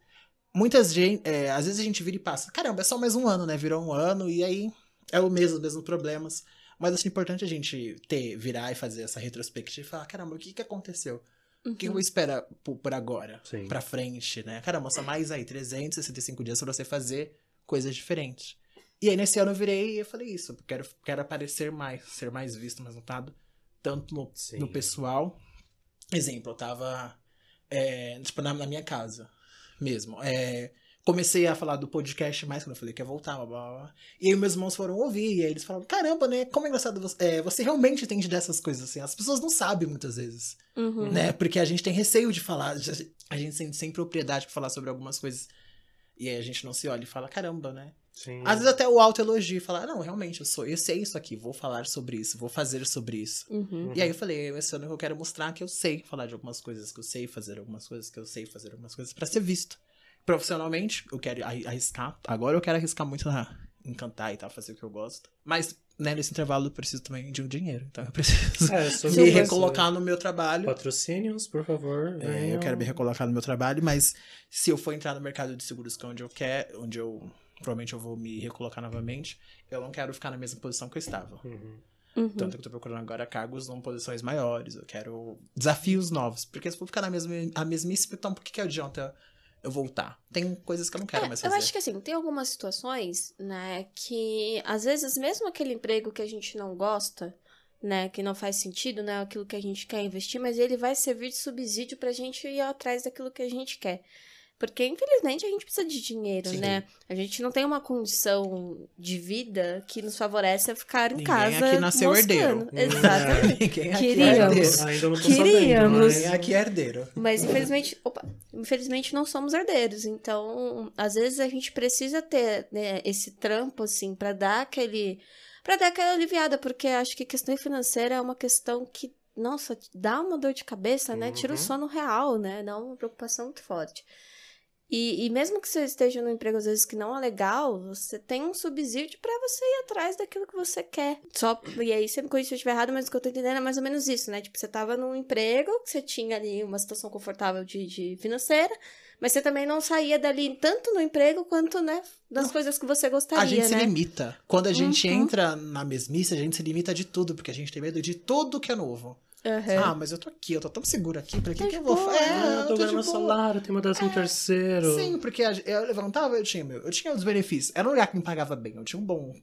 Speaker 3: Muitas gente. é, às vezes a gente vira e passa, caramba, é só mais um ano, né? Virou um ano, e aí é o mesmo, os mesmos problemas. Mas acho importante a gente ter, virar e fazer essa retrospectiva e falar, caramba, o que que aconteceu? O
Speaker 2: Uhum.
Speaker 3: que que eu espero por, por agora?
Speaker 1: Sim.
Speaker 3: pra frente, né? Caramba, só mais aí 365 dias pra você fazer coisas diferentes. E aí nesse ano eu virei e eu falei isso, eu quero, quero aparecer mais, ser mais visto, mais notado. tanto no,
Speaker 1: Sim.
Speaker 3: no pessoal. Exemplo, eu tava é, tipo, na, na minha casa mesmo. É, comecei a falar do podcast mais quando eu falei que ia voltar, blá, blá, blá. E aí meus irmãos foram ouvir, e aí eles falaram, caramba, né? Como é engraçado, você, é, você realmente entende dessas coisas, assim. As pessoas não sabem muitas vezes
Speaker 2: Uhum.
Speaker 3: né? Porque a gente tem receio de falar, já- a gente sente sem propriedade pra falar sobre algumas coisas. E aí a gente não se olha e fala, caramba, né?
Speaker 1: Sim.
Speaker 3: Às vezes até o autoelogio e falar, não, realmente, eu sou, eu sei isso aqui, vou falar sobre isso, vou fazer sobre isso.
Speaker 2: Uhum.
Speaker 1: É,
Speaker 3: E aí eu falei, esse ano eu quero mostrar que eu sei falar de algumas coisas, que eu sei fazer algumas coisas, que eu sei fazer algumas coisas pra ser visto. Profissionalmente, eu quero arri- arriscar. Agora eu quero arriscar muito na, em cantar e tal, fazer o que eu gosto. Mas, né, nesse intervalo eu preciso também de um dinheiro. Então eu preciso
Speaker 1: É, *laughs* sobre
Speaker 3: *laughs* me
Speaker 1: isso, né?
Speaker 3: recolocar no meu trabalho.
Speaker 1: Patrocínios, por favor.
Speaker 3: É,
Speaker 1: venham.
Speaker 3: eu quero me recolocar no meu trabalho, mas se eu for entrar no mercado de seguros, que é onde eu quero, onde eu provavelmente eu vou me recolocar novamente, eu não quero ficar na mesma posição que eu estava.
Speaker 1: Uhum.
Speaker 2: Uhum.
Speaker 3: Tanto que eu tô procurando agora cargos em posições maiores, eu quero desafios novos, porque se eu for ficar na mesma a mesmíssima, então por que, que adianta eu voltar? Tem coisas que eu não quero
Speaker 2: É,
Speaker 3: mais
Speaker 2: eu
Speaker 3: fazer. *laughs*
Speaker 2: acho que assim, tem algumas situações, né, que às vezes mesmo aquele emprego que a gente não gosta, né, que não faz sentido, né, aquilo que a gente quer investir, mas ele vai servir de subsídio pra gente ir atrás daquilo que a gente quer. Porque infelizmente a gente precisa de dinheiro,
Speaker 3: Sim.
Speaker 2: né? A gente não tem uma condição de vida que nos favorece a ficar em
Speaker 3: Ninguém
Speaker 2: casa.
Speaker 3: aqui nasceu
Speaker 2: moscando.
Speaker 3: herdeiro. Hum.
Speaker 2: Exatamente.
Speaker 3: Ninguém aqui é
Speaker 2: Queríamos.
Speaker 3: herdeiro.
Speaker 1: Mas Ainda não tô sabendo, né?
Speaker 2: Queríamos.
Speaker 1: mas...
Speaker 3: Ninguém aqui é herdeiro.
Speaker 2: Mas infelizmente, opa, infelizmente não somos herdeiros, então às vezes a gente precisa ter né, esse trampo assim pra dar aquele para dar aquela aliviada, porque acho que questão financeira é uma questão que nossa, te dá uma dor de cabeça, né? Tira o
Speaker 1: Uhum.
Speaker 2: sono real, né? Dá uma preocupação muito forte. E, e mesmo que você esteja num emprego às vezes que não é legal, você tem um subsídio pra você ir atrás daquilo que você quer. Só e aí você me corrige se eu estiver errado, mas o que eu tô entendendo é mais ou menos isso, né? Tipo, você tava num emprego que você tinha ali uma situação confortável de, de financeira, mas você também não saía dali tanto no emprego quanto, né, das coisas que você gostaria,
Speaker 3: A gente se
Speaker 2: né?
Speaker 3: limita. Quando a gente
Speaker 2: Uhum.
Speaker 3: entra na mesmice, a gente se limita de tudo, porque a gente tem medo de tudo que é novo.
Speaker 2: Aham.
Speaker 3: Ah, mas eu tô aqui, eu tô tão seguro aqui, pra que,
Speaker 2: Tá
Speaker 3: que
Speaker 2: de
Speaker 3: É, eu vou
Speaker 2: boa.
Speaker 3: fazer?
Speaker 1: Ah, eu tô ganhando meu salário, tem uma décimo terceiro.
Speaker 3: É. Sim, porque a- eu levantava, eu tinha meu, eu tinha os benefícios. Era um lugar que me pagava bem, eu tinha um bom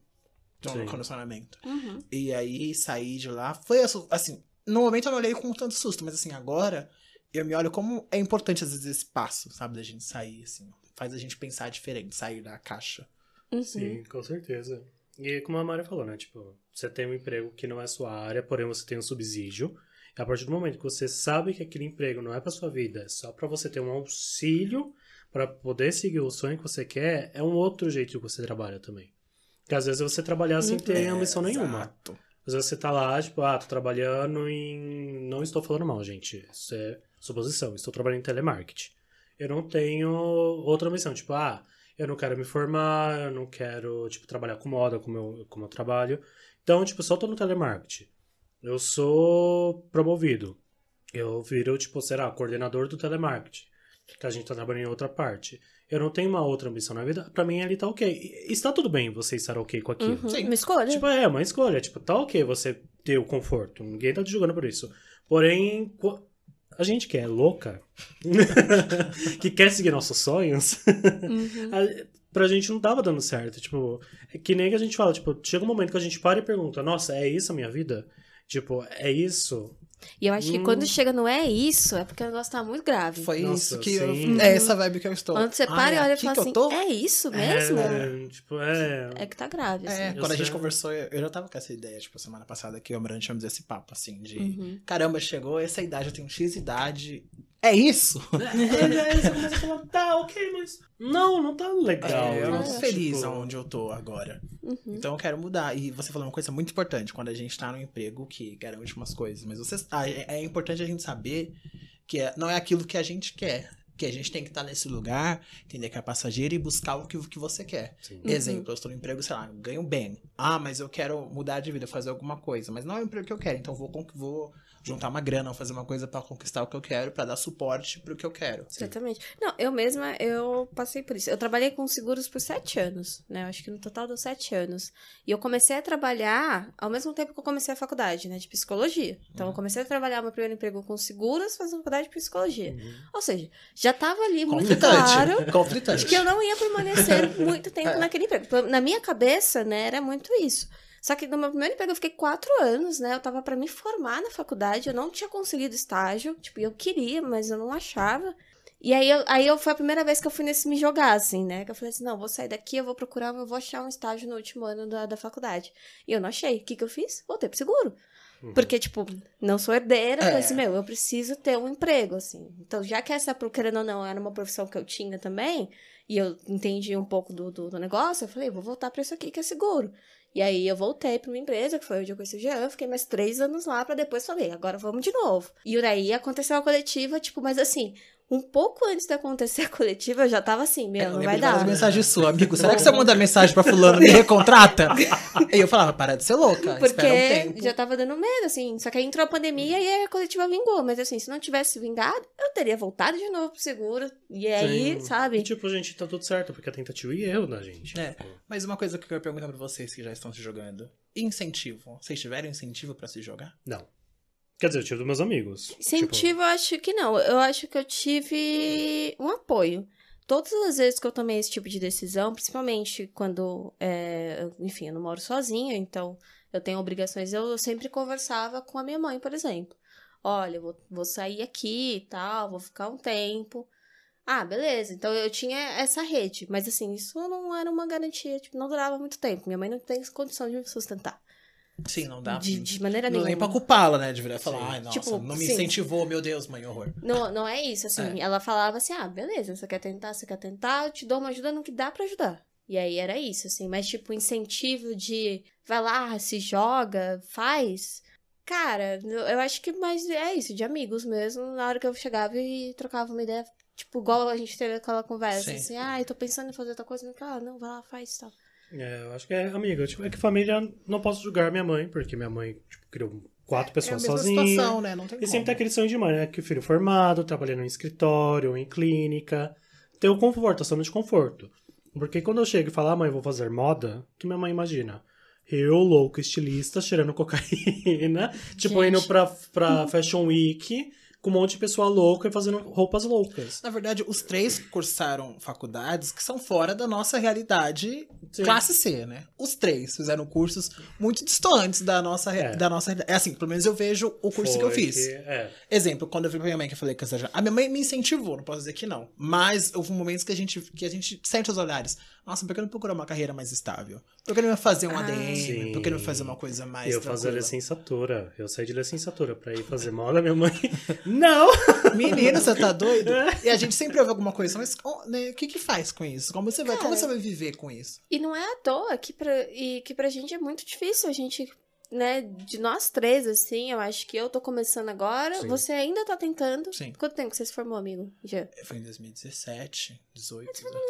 Speaker 1: Sim.
Speaker 3: condicionamento.
Speaker 2: Uhum.
Speaker 3: E aí saí de lá, foi assu- assim, no momento eu não olhei com tanto susto, mas assim, agora eu me olho como é importante às vezes esse passo, sabe, da gente sair assim, faz a gente pensar diferente, sair da caixa.
Speaker 2: Uhum.
Speaker 1: Sim, com certeza. E como a Mari falou, né? Tipo, você tem um emprego que não é sua área, porém você tem um subsídio. E a partir do momento que você sabe que aquele emprego não é pra sua vida, é só pra você ter um auxílio pra poder seguir o sonho que você quer, é um outro jeito que você trabalha também. Porque às vezes é você trabalhar sem ter
Speaker 3: É,
Speaker 1: ambição nenhuma.
Speaker 3: exato.
Speaker 1: Às vezes você tá lá, tipo, ah, tô trabalhando em. Não estou falando mal, gente. Isso é suposição. Estou trabalhando em telemarketing. Eu não tenho outra missão. Tipo, ah, eu não quero me formar, eu não quero, tipo, trabalhar com moda como eu, como eu trabalho. Então, tipo, só tô no telemarketing. Eu sou promovido. Eu viro, tipo, será, coordenador do telemarketing. Que a gente tá trabalhando em outra parte. Eu não tenho uma outra ambição na vida. Pra mim, ele tá ok. E está tudo bem você estar ok com aquilo.
Speaker 2: Uhum.
Speaker 3: Sim.
Speaker 2: Uma escolha.
Speaker 1: Tipo, é uma escolha. Tipo, tá ok você ter o conforto. Ninguém tá te julgando por isso. Porém, co- a gente que é louca, *laughs* que quer seguir nossos sonhos, *laughs*
Speaker 2: Uhum.
Speaker 3: ah,
Speaker 1: a- pra gente não tava dando certo. Tipo, é que nem que a gente fala, tipo, chega um momento que a gente para e pergunta, nossa, é isso a minha vida? Tipo, é isso?
Speaker 2: E eu acho que
Speaker 1: Hum.
Speaker 2: quando chega não é isso, é porque o negócio tá muito grave.
Speaker 3: Foi
Speaker 1: Nossa,
Speaker 3: isso que eu,
Speaker 1: sim.
Speaker 3: *laughs* é essa vibe que eu estou.
Speaker 2: Quando você
Speaker 3: Ah,
Speaker 2: para
Speaker 3: é
Speaker 2: e olha e
Speaker 3: aqui
Speaker 2: fala
Speaker 3: que eu
Speaker 2: assim,
Speaker 3: tô?
Speaker 2: é isso mesmo? É,
Speaker 1: É, tipo, é.
Speaker 2: que tá grave,
Speaker 3: É,
Speaker 2: assim.
Speaker 1: Eu
Speaker 3: quando
Speaker 1: sei.
Speaker 3: a gente conversou, eu eu já tava com essa ideia, tipo, semana passada que o Amorante tinha me dado esse papo, assim, de
Speaker 2: Uhum.
Speaker 3: caramba, chegou essa idade, eu tenho X idade. É isso?
Speaker 1: é, *laughs* aí você começa a falar, tá, ok, mas. Não, não tá legal.
Speaker 3: É, eu não
Speaker 1: isso,
Speaker 3: tô feliz
Speaker 1: tipo,
Speaker 3: onde eu tô agora.
Speaker 2: Uhum.
Speaker 3: Então eu quero mudar. E você falou uma coisa muito importante, quando a gente tá num emprego que garante umas coisas. Mas você, ah, é é importante a gente saber que é- não é aquilo que a gente quer. Que a gente tem que estar nesse lugar, entender que é passageiro e buscar o que, que você quer.
Speaker 1: Sim.
Speaker 2: Uhum.
Speaker 3: Exemplo, eu estou no emprego, sei lá, ganho bem. Ah, mas eu quero mudar de vida, fazer alguma coisa. Mas não é o emprego que eu quero, então vou, con- vou juntar uma grana, vou fazer uma coisa para conquistar o que eu quero, para dar suporte pro que eu quero.
Speaker 2: Exatamente. Não, eu mesma, eu passei por isso. Eu trabalhei com seguros por sete anos, né? Eu Acho que no total deu sete anos. E eu comecei a trabalhar ao mesmo tempo que eu comecei a faculdade, né? De psicologia. Então, eu comecei a trabalhar meu primeiro emprego com seguros, fazendo faculdade de psicologia.
Speaker 1: Uhum.
Speaker 2: Ou seja, já tava ali muito
Speaker 3: Conflitante.
Speaker 2: claro
Speaker 3: Conflitante.
Speaker 2: de que eu não ia permanecer muito tempo
Speaker 3: É.
Speaker 2: naquele emprego. Na minha cabeça, né, era muito isso. Só que no meu primeiro emprego eu fiquei quatro anos, né? Eu tava para me formar na faculdade, eu não tinha conseguido estágio. Tipo, eu queria, mas eu não achava. E aí, eu, aí eu, foi a primeira vez que eu fui nesse me jogar, assim, né? Que eu falei assim, não, vou sair daqui, eu vou procurar, eu vou achar um estágio no último ano da, da faculdade. E eu não achei. O que, que eu fiz? Voltei pro seguro. Uhum. Porque, tipo, não sou herdeira, é. mas, meu, eu preciso ter um emprego, assim. Então, já que essa, querendo ou não, era uma profissão que eu tinha também, e eu entendi um pouco do, do, do negócio, eu falei, vou voltar para isso aqui que é seguro. E aí eu voltei para uma empresa, que foi onde eu conheci o Jean, fiquei mais três anos lá para depois falei, agora vamos de novo. E daí aconteceu a coletiva, tipo, mas assim, um pouco antes de acontecer a coletiva, eu já tava assim, meu, não vai dar.
Speaker 3: Né? mensagem sua, amigo. Será que você manda mensagem pra fulano, me
Speaker 2: *laughs*
Speaker 3: recontrata? e eu falava, para de ser louca,
Speaker 2: Porque
Speaker 3: um
Speaker 2: já tava dando medo, assim. Só que aí entrou a pandemia e a coletiva vingou. Mas assim, se não tivesse vingado, eu teria voltado de novo pro seguro. E aí, Sim. sabe?
Speaker 1: E, tipo, gente, tá tudo certo, porque a tentativa e erro da gente. Tipo,
Speaker 3: É. Mas uma coisa que eu quero perguntar pra vocês que já estão se jogando. Incentivo. Vocês tiveram incentivo pra se jogar?
Speaker 1: Não. Quer dizer, eu tive dos meus amigos.
Speaker 2: Incentivo, tipo... eu acho que não. Eu acho que eu tive um apoio. Todas as vezes que eu tomei esse tipo de decisão, principalmente quando, é, enfim, eu não moro sozinha, então eu tenho obrigações, eu sempre conversava com a minha mãe, por exemplo. Olha, eu vou, vou sair aqui e tal, vou ficar um tempo. Ah, beleza. Então eu tinha essa rede, mas assim, isso não era uma garantia, tipo, não durava muito tempo. Minha mãe não tem condição de me sustentar.
Speaker 3: Sim, não dá.
Speaker 2: De, de maneira
Speaker 3: não
Speaker 2: nenhuma.
Speaker 3: Nem pra culpá-la, né? De virar e falar, ai, nossa, tipo, não me sim. incentivou, meu Deus, mãe, horror.
Speaker 2: Não, não é isso, assim. É. Ela falava assim, ah, beleza, você quer tentar, você quer tentar, eu te dou uma ajuda no que dá para ajudar. E aí era isso, assim. Mas, tipo, incentivo de vai lá, se joga, faz. Cara, eu acho que mais é isso, de amigos mesmo. Na hora que eu chegava e trocava uma ideia, tipo, igual a gente teve aquela conversa, sim. assim, ah, eu tô pensando em fazer outra coisa, ah, não, vai lá, faz tal.
Speaker 1: É, eu acho que é amiga. Tipo, é que família, não posso julgar minha mãe, porque minha mãe tipo, criou quatro pessoas
Speaker 3: é a mesma
Speaker 1: sozinha.
Speaker 3: Situação, né? Não tem
Speaker 1: e
Speaker 3: como.
Speaker 1: sempre tem aquele sonho de mãe, né? Que o filho formado, trabalhando em escritório, em clínica. Tem o conforto, a zona de conforto. Porque quando eu chego e falo, ah, mãe, vou fazer moda, o que minha mãe imagina? Eu, louco, estilista, cheirando *laughs* cocaína, tipo, Gente. indo pra, pra Fashion Week com um monte de pessoa louca e fazendo roupas loucas.
Speaker 3: Na verdade, os três cursaram faculdades que são fora da nossa realidade Sim. classe C, né? Os três fizeram cursos muito distantes da nossa, é. da nossa realidade. É assim, pelo menos eu vejo o curso Foi que eu fiz. Que,
Speaker 1: é.
Speaker 3: Exemplo, quando eu vi pra minha mãe que eu falei que eu seja. A minha mãe me incentivou, não posso dizer que não. Mas houve momentos que a gente, que a gente sente os olhares. Nossa, por que não procurar uma carreira mais estável? Por que não fazer um ah, ADM? Sim. Por que não fazer uma coisa mais.
Speaker 1: Eu fazer licenciatura. Eu saí de licenciatura pra ir fazer moda, minha mãe. *laughs* Não!
Speaker 3: Menino, você tá doido? E a gente sempre ouve alguma coisa, mas né, o que que faz com isso? Como você, vai, Cara, como você vai viver com isso?
Speaker 2: E não é à toa que pra, e que pra gente é muito difícil. A gente, né, de nós três, assim, eu acho que eu tô começando agora, Sim. você ainda tá tentando.
Speaker 3: Sim.
Speaker 2: Quanto tempo que você se formou, amigo? Já?
Speaker 3: É, Foi em 2017, 18.
Speaker 2: É, né?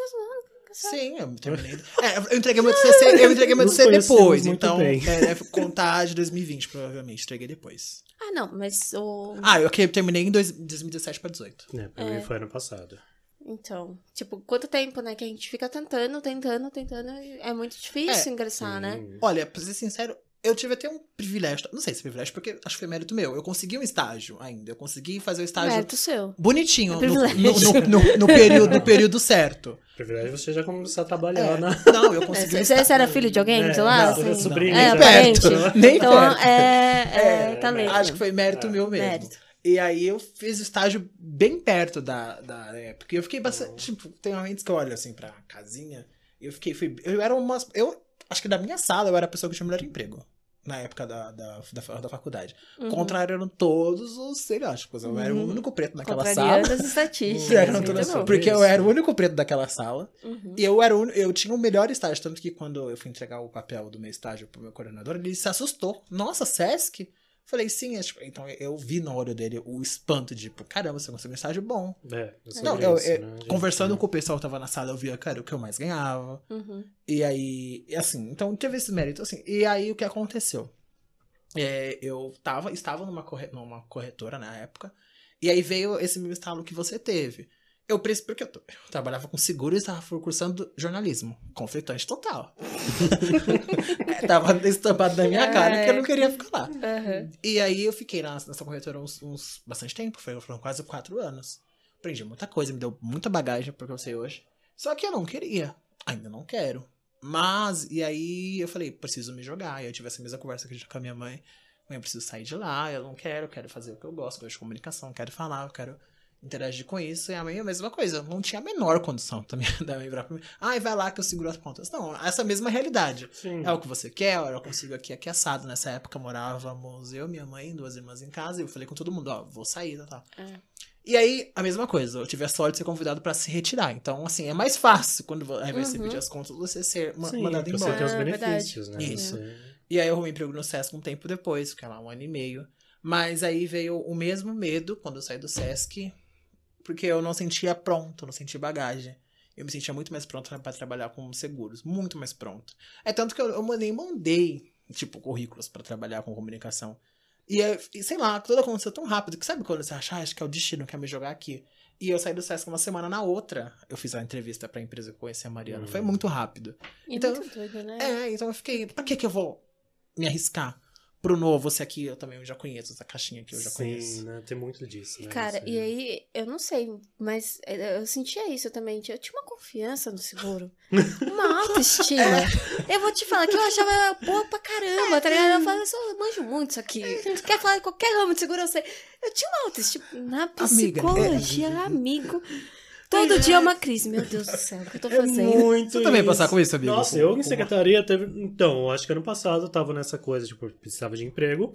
Speaker 3: Sim, eu terminei. É, eu entreguei meu TCC, eu entreguei meu TCC depois, então é, deve contar de 2020, provavelmente, entreguei depois.
Speaker 2: Ah, não, mas o.
Speaker 3: Ah, eu terminei em dois, 2017 pra 18.
Speaker 1: É, pra mim foi ano passado.
Speaker 2: Então, tipo, quanto tempo, né, que a gente fica tentando, tentando, tentando, é muito difícil ingressar, hum. né?
Speaker 3: Olha, pra ser sincero, eu tive até um privilégio, não sei se privilégio, porque acho que foi mérito meu. Eu consegui um estágio ainda. Eu consegui fazer o estágio.
Speaker 2: Mérito É, seu.
Speaker 3: Bonitinho, é no, no, no, no, período, no período certo.
Speaker 1: Privilégio você já começou a trabalhar, é. né?
Speaker 3: Não, eu consegui. É,
Speaker 2: um você, era filho de alguém de lá?
Speaker 1: Não,
Speaker 2: assim?
Speaker 1: sobrinho.
Speaker 2: É,
Speaker 3: perto. né? Nem
Speaker 2: então,
Speaker 3: perto. *laughs*
Speaker 2: É, é, talento.
Speaker 3: Acho que foi mérito meu mesmo. Mérito. E aí eu fiz o estágio bem perto da, da época. E eu fiquei bastante. Uhum. Tipo, tem momentos que eu olho assim pra casinha. Eu fiquei. Fui, eu era uma. Eu, acho que da minha sala eu era a pessoa que tinha o melhor emprego na época da, da, da, da faculdade. Uhum. Contrariando todos os estereótipos. Eu uhum. era o único preto naquela sala.
Speaker 2: as
Speaker 3: *laughs*
Speaker 2: estatísticas.
Speaker 3: Uhum. Porque eu era o único preto daquela sala. Uhum. E eu, era o, eu tinha o melhor estágio. Tanto que quando eu fui entregar o papel do meu estágio pro meu coordenador, ele se assustou. Nossa, Sesc? Falei, sim. É, tipo, então eu vi no olho dele o espanto de, tipo, caramba, você conseguiu um estágio bom.
Speaker 1: É,
Speaker 3: não, eu, isso, eu, né, conversando gente, com o pessoal que tava na sala, eu via, cara, o que eu mais ganhava.
Speaker 2: Uhum.
Speaker 3: E aí, assim, então teve esse mérito, assim. E aí o que aconteceu? É, eu tava, estava numa, corre, numa corretora na época, e aí veio esse meu estalo que você teve. Eu pensei, porque eu, eu, trabalhava com seguro e estava cursando jornalismo. Conflitante total. *laughs* é, tava estampado na minha cara é. que eu não queria ficar lá.
Speaker 2: Uhum.
Speaker 3: E aí eu fiquei na, nessa corretora uns, uns, bastante tempo, foi, foram quase quatro anos. Aprendi muita coisa, me deu muita bagagem porque eu sei hoje. Só que eu não queria. Ainda não quero. Mas, e aí eu falei, preciso me jogar. E eu tive essa mesma conversa que eu tive com a minha mãe. Mãe, eu preciso sair de lá, eu não quero, eu quero fazer o que eu gosto, eu gosto de comunicação, eu quero falar, eu quero interagir com isso. E a mãe, a mesma coisa, não tinha a menor condição também *laughs* da minha virar pra mim. Ai, vai lá que eu seguro as pontas. Não, essa mesma realidade.
Speaker 1: Sim.
Speaker 3: É o que você quer, olha, eu consigo aqui, aqui assado. Nessa época morávamos eu, minha mãe, duas irmãs em casa, e eu falei com todo mundo, ó, vou sair, tá, tá.
Speaker 2: É.
Speaker 3: E aí, a mesma coisa, eu tive a sorte de ser convidado pra se retirar. Então, assim, é mais fácil quando vo- ao invés de você
Speaker 2: Uhum.
Speaker 3: pedir as contas, você ser ma-
Speaker 1: Sim,
Speaker 3: mandado
Speaker 1: porque você
Speaker 3: embora.
Speaker 1: tem os
Speaker 2: Ah,
Speaker 1: benefícios, né?
Speaker 3: Isso.
Speaker 1: Você-
Speaker 3: E aí eu arrumei emprego no Sesc um tempo depois, fiquei lá um ano e meio. Mas aí veio o mesmo medo quando eu saí do Sesc, porque eu não sentia pronto, não sentia bagagem. Eu me sentia muito mais pronto pra trabalhar com seguros, muito mais pronto. É tanto que eu, eu nem mandei, tipo, currículos pra trabalhar com comunicação. E, é- e sei lá, tudo aconteceu tão rápido que sabe quando você acha, ah, acho que é o destino que quer me jogar aqui. E eu saí do Sesc uma semana na outra, eu fiz a entrevista pra empresa que eu conheci a Mariana.
Speaker 1: Hum.
Speaker 3: Foi muito rápido.
Speaker 2: E
Speaker 3: Então-
Speaker 2: muito doido, né?
Speaker 3: É, então eu fiquei, pra que que eu vou me arriscar pro novo, se aqui eu também já conheço, essa caixinha aqui eu já
Speaker 1: Sim,
Speaker 3: conheço.
Speaker 1: né? Tem muito disso, né?
Speaker 2: Cara,
Speaker 1: Você-
Speaker 2: e aí, eu não sei, mas é, eu sentia isso também. Eu tinha uma confiança
Speaker 1: *laughs*
Speaker 2: no seguro. Uma autoestima.
Speaker 1: É.
Speaker 2: Eu vou te falar que eu achava boa pra caramba, tá ligado? Eu falava, eu só manjo muito isso aqui.
Speaker 1: É.
Speaker 2: Tu quer falar de qualquer ramo de seguro, eu sei. Eu tinha uma autoestima. Na
Speaker 1: é,
Speaker 2: psicologia, amigo. Todo dia é uma crise. Meu Deus do céu, o que eu tô
Speaker 1: É
Speaker 2: fazendo?
Speaker 1: muito
Speaker 3: Você também
Speaker 1: isso.
Speaker 3: passar com isso, amigo?
Speaker 1: Nossa,
Speaker 3: Com-
Speaker 1: eu
Speaker 3: com-
Speaker 1: em secretaria teve. Então, acho que ano passado eu tava nessa coisa, tipo, eu precisava de emprego.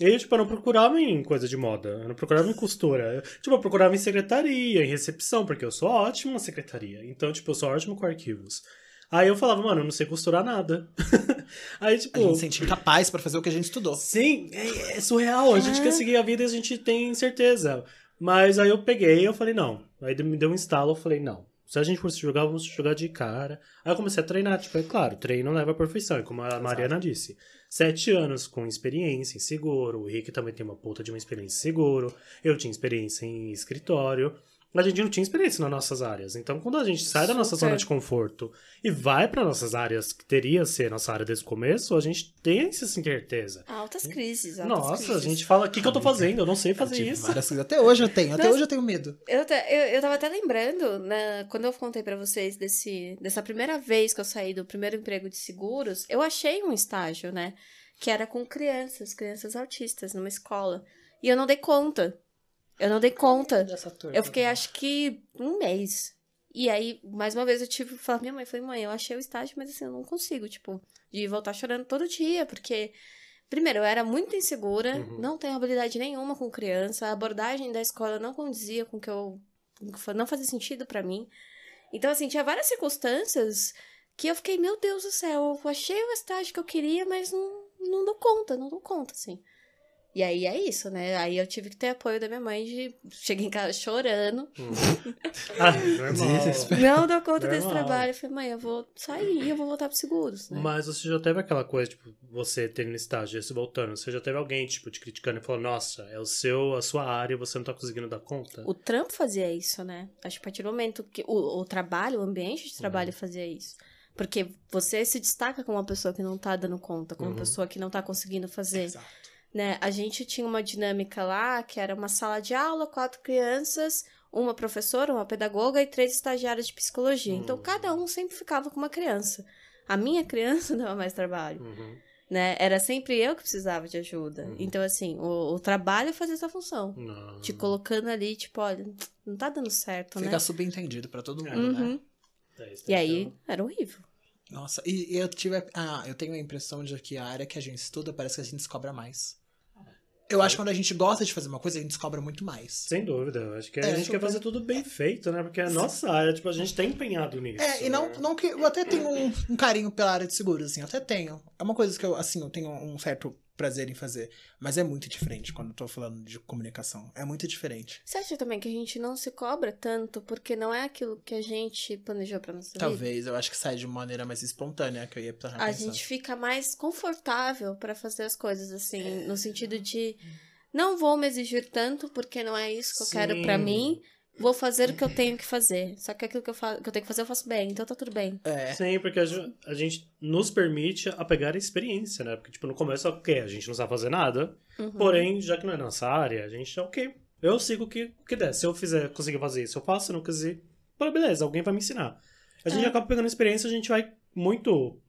Speaker 1: E, tipo, eu não procurava em coisa de moda, eu não procurava em costura. Eu, tipo, eu procurava em secretaria, em recepção, porque eu sou ótimo na secretaria. Então, tipo, eu sou ótimo com arquivos. Aí eu falava, mano, eu não sei costurar nada. *laughs* Aí, tipo.
Speaker 3: A gente se sentir capaz pra fazer o que a gente estudou.
Speaker 1: Sim, é, é surreal. A gente quer seguir a vida e a gente tem certeza. Mas aí eu peguei e eu falei, não. Aí me deu um instalo, eu falei, não. Se a gente for se jogar, vamos se jogar de cara. Aí eu comecei a treinar, tipo, é claro, treino leva à perfeição, e como a Mariana disse. Sete anos com experiência em seguro, o Rick também tem uma puta de uma experiência em seguro, eu tinha experiência em escritório. A gente não tinha experiência nas nossas áreas. Então, quando a gente sai da nossa
Speaker 2: Super.
Speaker 1: zona de conforto e vai para nossas áreas, que teria que ser nossa área desde o começo, a gente tem essa certeza.
Speaker 2: Altas crises, altas
Speaker 1: Nossa, a
Speaker 2: crises.
Speaker 1: gente fala, o que, que eu tô fazendo? Eu não sei
Speaker 3: Eu
Speaker 1: fazer
Speaker 3: tive
Speaker 1: isso.
Speaker 3: várias coisas. Até hoje eu tenho, até
Speaker 2: Mas-
Speaker 3: hoje eu tenho medo.
Speaker 2: Eu, ta- eu, eu tava até lembrando, né, quando eu contei pra vocês desse, dessa primeira vez que eu saí do primeiro emprego de seguros, eu achei um estágio, né? Que era com crianças, crianças autistas, numa escola. E eu não dei conta. Eu não dei conta. Eu fiquei, acho que, um mês. E aí, mais uma vez, eu tive que falar pra minha mãe. Falei, mãe, eu achei o estágio, mas assim, eu não consigo, tipo, de voltar chorando todo dia, porque... Primeiro, eu era muito insegura,
Speaker 1: Uhum.
Speaker 2: não tenho habilidade nenhuma com criança, a abordagem da escola não condizia com o que eu... Não fazia sentido pra mim. Então, assim, tinha várias circunstâncias que eu fiquei, meu Deus do céu, eu achei o estágio que eu queria, mas não, não dou conta, não dou conta, assim. E aí é isso, né? Aí eu tive que ter apoio da minha mãe de. Cheguei em casa
Speaker 1: *laughs*
Speaker 2: chorando.
Speaker 1: Ah, normal.
Speaker 3: Desespero.
Speaker 2: Não dou conta desse
Speaker 1: Normal.
Speaker 2: trabalho. Eu falei, mãe, eu vou sair e eu vou voltar pro seguros, né?
Speaker 1: Mas você já teve aquela coisa, tipo, você tendo estágio, se voltando, você já teve alguém, tipo, te criticando e falou, nossa, é o seu, a sua área, você não tá conseguindo dar conta?
Speaker 2: O trampo fazia isso, né? Acho que a partir do momento que o, o trabalho, o ambiente de trabalho
Speaker 1: Uhum.
Speaker 2: fazia isso. Porque você se destaca como uma pessoa que não tá dando conta, como uma
Speaker 1: Uhum.
Speaker 2: pessoa que não tá conseguindo fazer.
Speaker 3: Exato.
Speaker 2: né? A gente tinha uma dinâmica lá que era uma sala de aula, quatro crianças, uma professora, uma pedagoga e três estagiários de psicologia. Então
Speaker 1: Hum.
Speaker 2: cada um sempre ficava com uma criança. A minha *laughs* criança dava mais trabalho,
Speaker 1: Uhum,
Speaker 2: né? Era sempre eu que precisava de ajuda.
Speaker 1: Uhum.
Speaker 2: Então assim, o, o trabalho fazia essa função,
Speaker 1: não.
Speaker 2: te colocando ali, tipo, olha, não tá dando certo,
Speaker 3: Fica
Speaker 2: né?
Speaker 3: subentendido pra todo mundo, né?
Speaker 2: Uhum.
Speaker 1: É, isso
Speaker 2: E
Speaker 1: tem
Speaker 2: aí
Speaker 1: que
Speaker 2: era horrível.
Speaker 3: Nossa, e e eu tive. a- Ah, eu tenho a impressão de que a área que a gente estuda parece que a gente descobre mais. Eu acho que quando a gente gosta de fazer uma coisa, a gente descobre muito mais.
Speaker 1: Sem dúvida, eu acho que a
Speaker 3: É,
Speaker 1: gente quer
Speaker 3: super.
Speaker 1: fazer tudo bem feito, né? Porque é a nossa área, tipo, a gente tá empenhado nisso.
Speaker 3: É, e não,
Speaker 1: né?
Speaker 3: não que. Eu até tenho um, um carinho pela área de seguros, assim, eu até tenho. É uma coisa que eu, assim, eu tenho um certo prazer em fazer. Mas é muito diferente quando eu tô falando de comunicação. É muito diferente.
Speaker 2: Você acha também que a gente não se cobra tanto porque não é aquilo que a gente planejou pra nossa vida?
Speaker 3: Talvez, eu acho que sai de uma maneira mais espontânea que eu ia estar
Speaker 2: a
Speaker 3: pensando.
Speaker 2: gente fica mais confortável pra fazer as coisas assim,
Speaker 3: É.
Speaker 2: no sentido de não vou me exigir tanto porque não é isso que eu quero
Speaker 1: Sim.
Speaker 2: pra mim. Vou fazer o que eu tenho que fazer. Só que aquilo que eu, fa- que eu tenho que fazer eu faço bem, então tá tudo bem.
Speaker 3: É.
Speaker 1: Sim, porque a ju- a gente nos permite a pegar a experiência, né? Porque, tipo, no começo, ok, a gente não sabe fazer nada,
Speaker 2: Uhum.
Speaker 1: Porém, já que não é nossa área, a gente é ok. Eu sigo o que, o que der. Se eu fizer, conseguir fazer isso, eu faço. Se eu não quiser, pô, beleza, alguém vai me ensinar. A gente
Speaker 2: É.
Speaker 1: acaba pegando experiência, a gente vai muito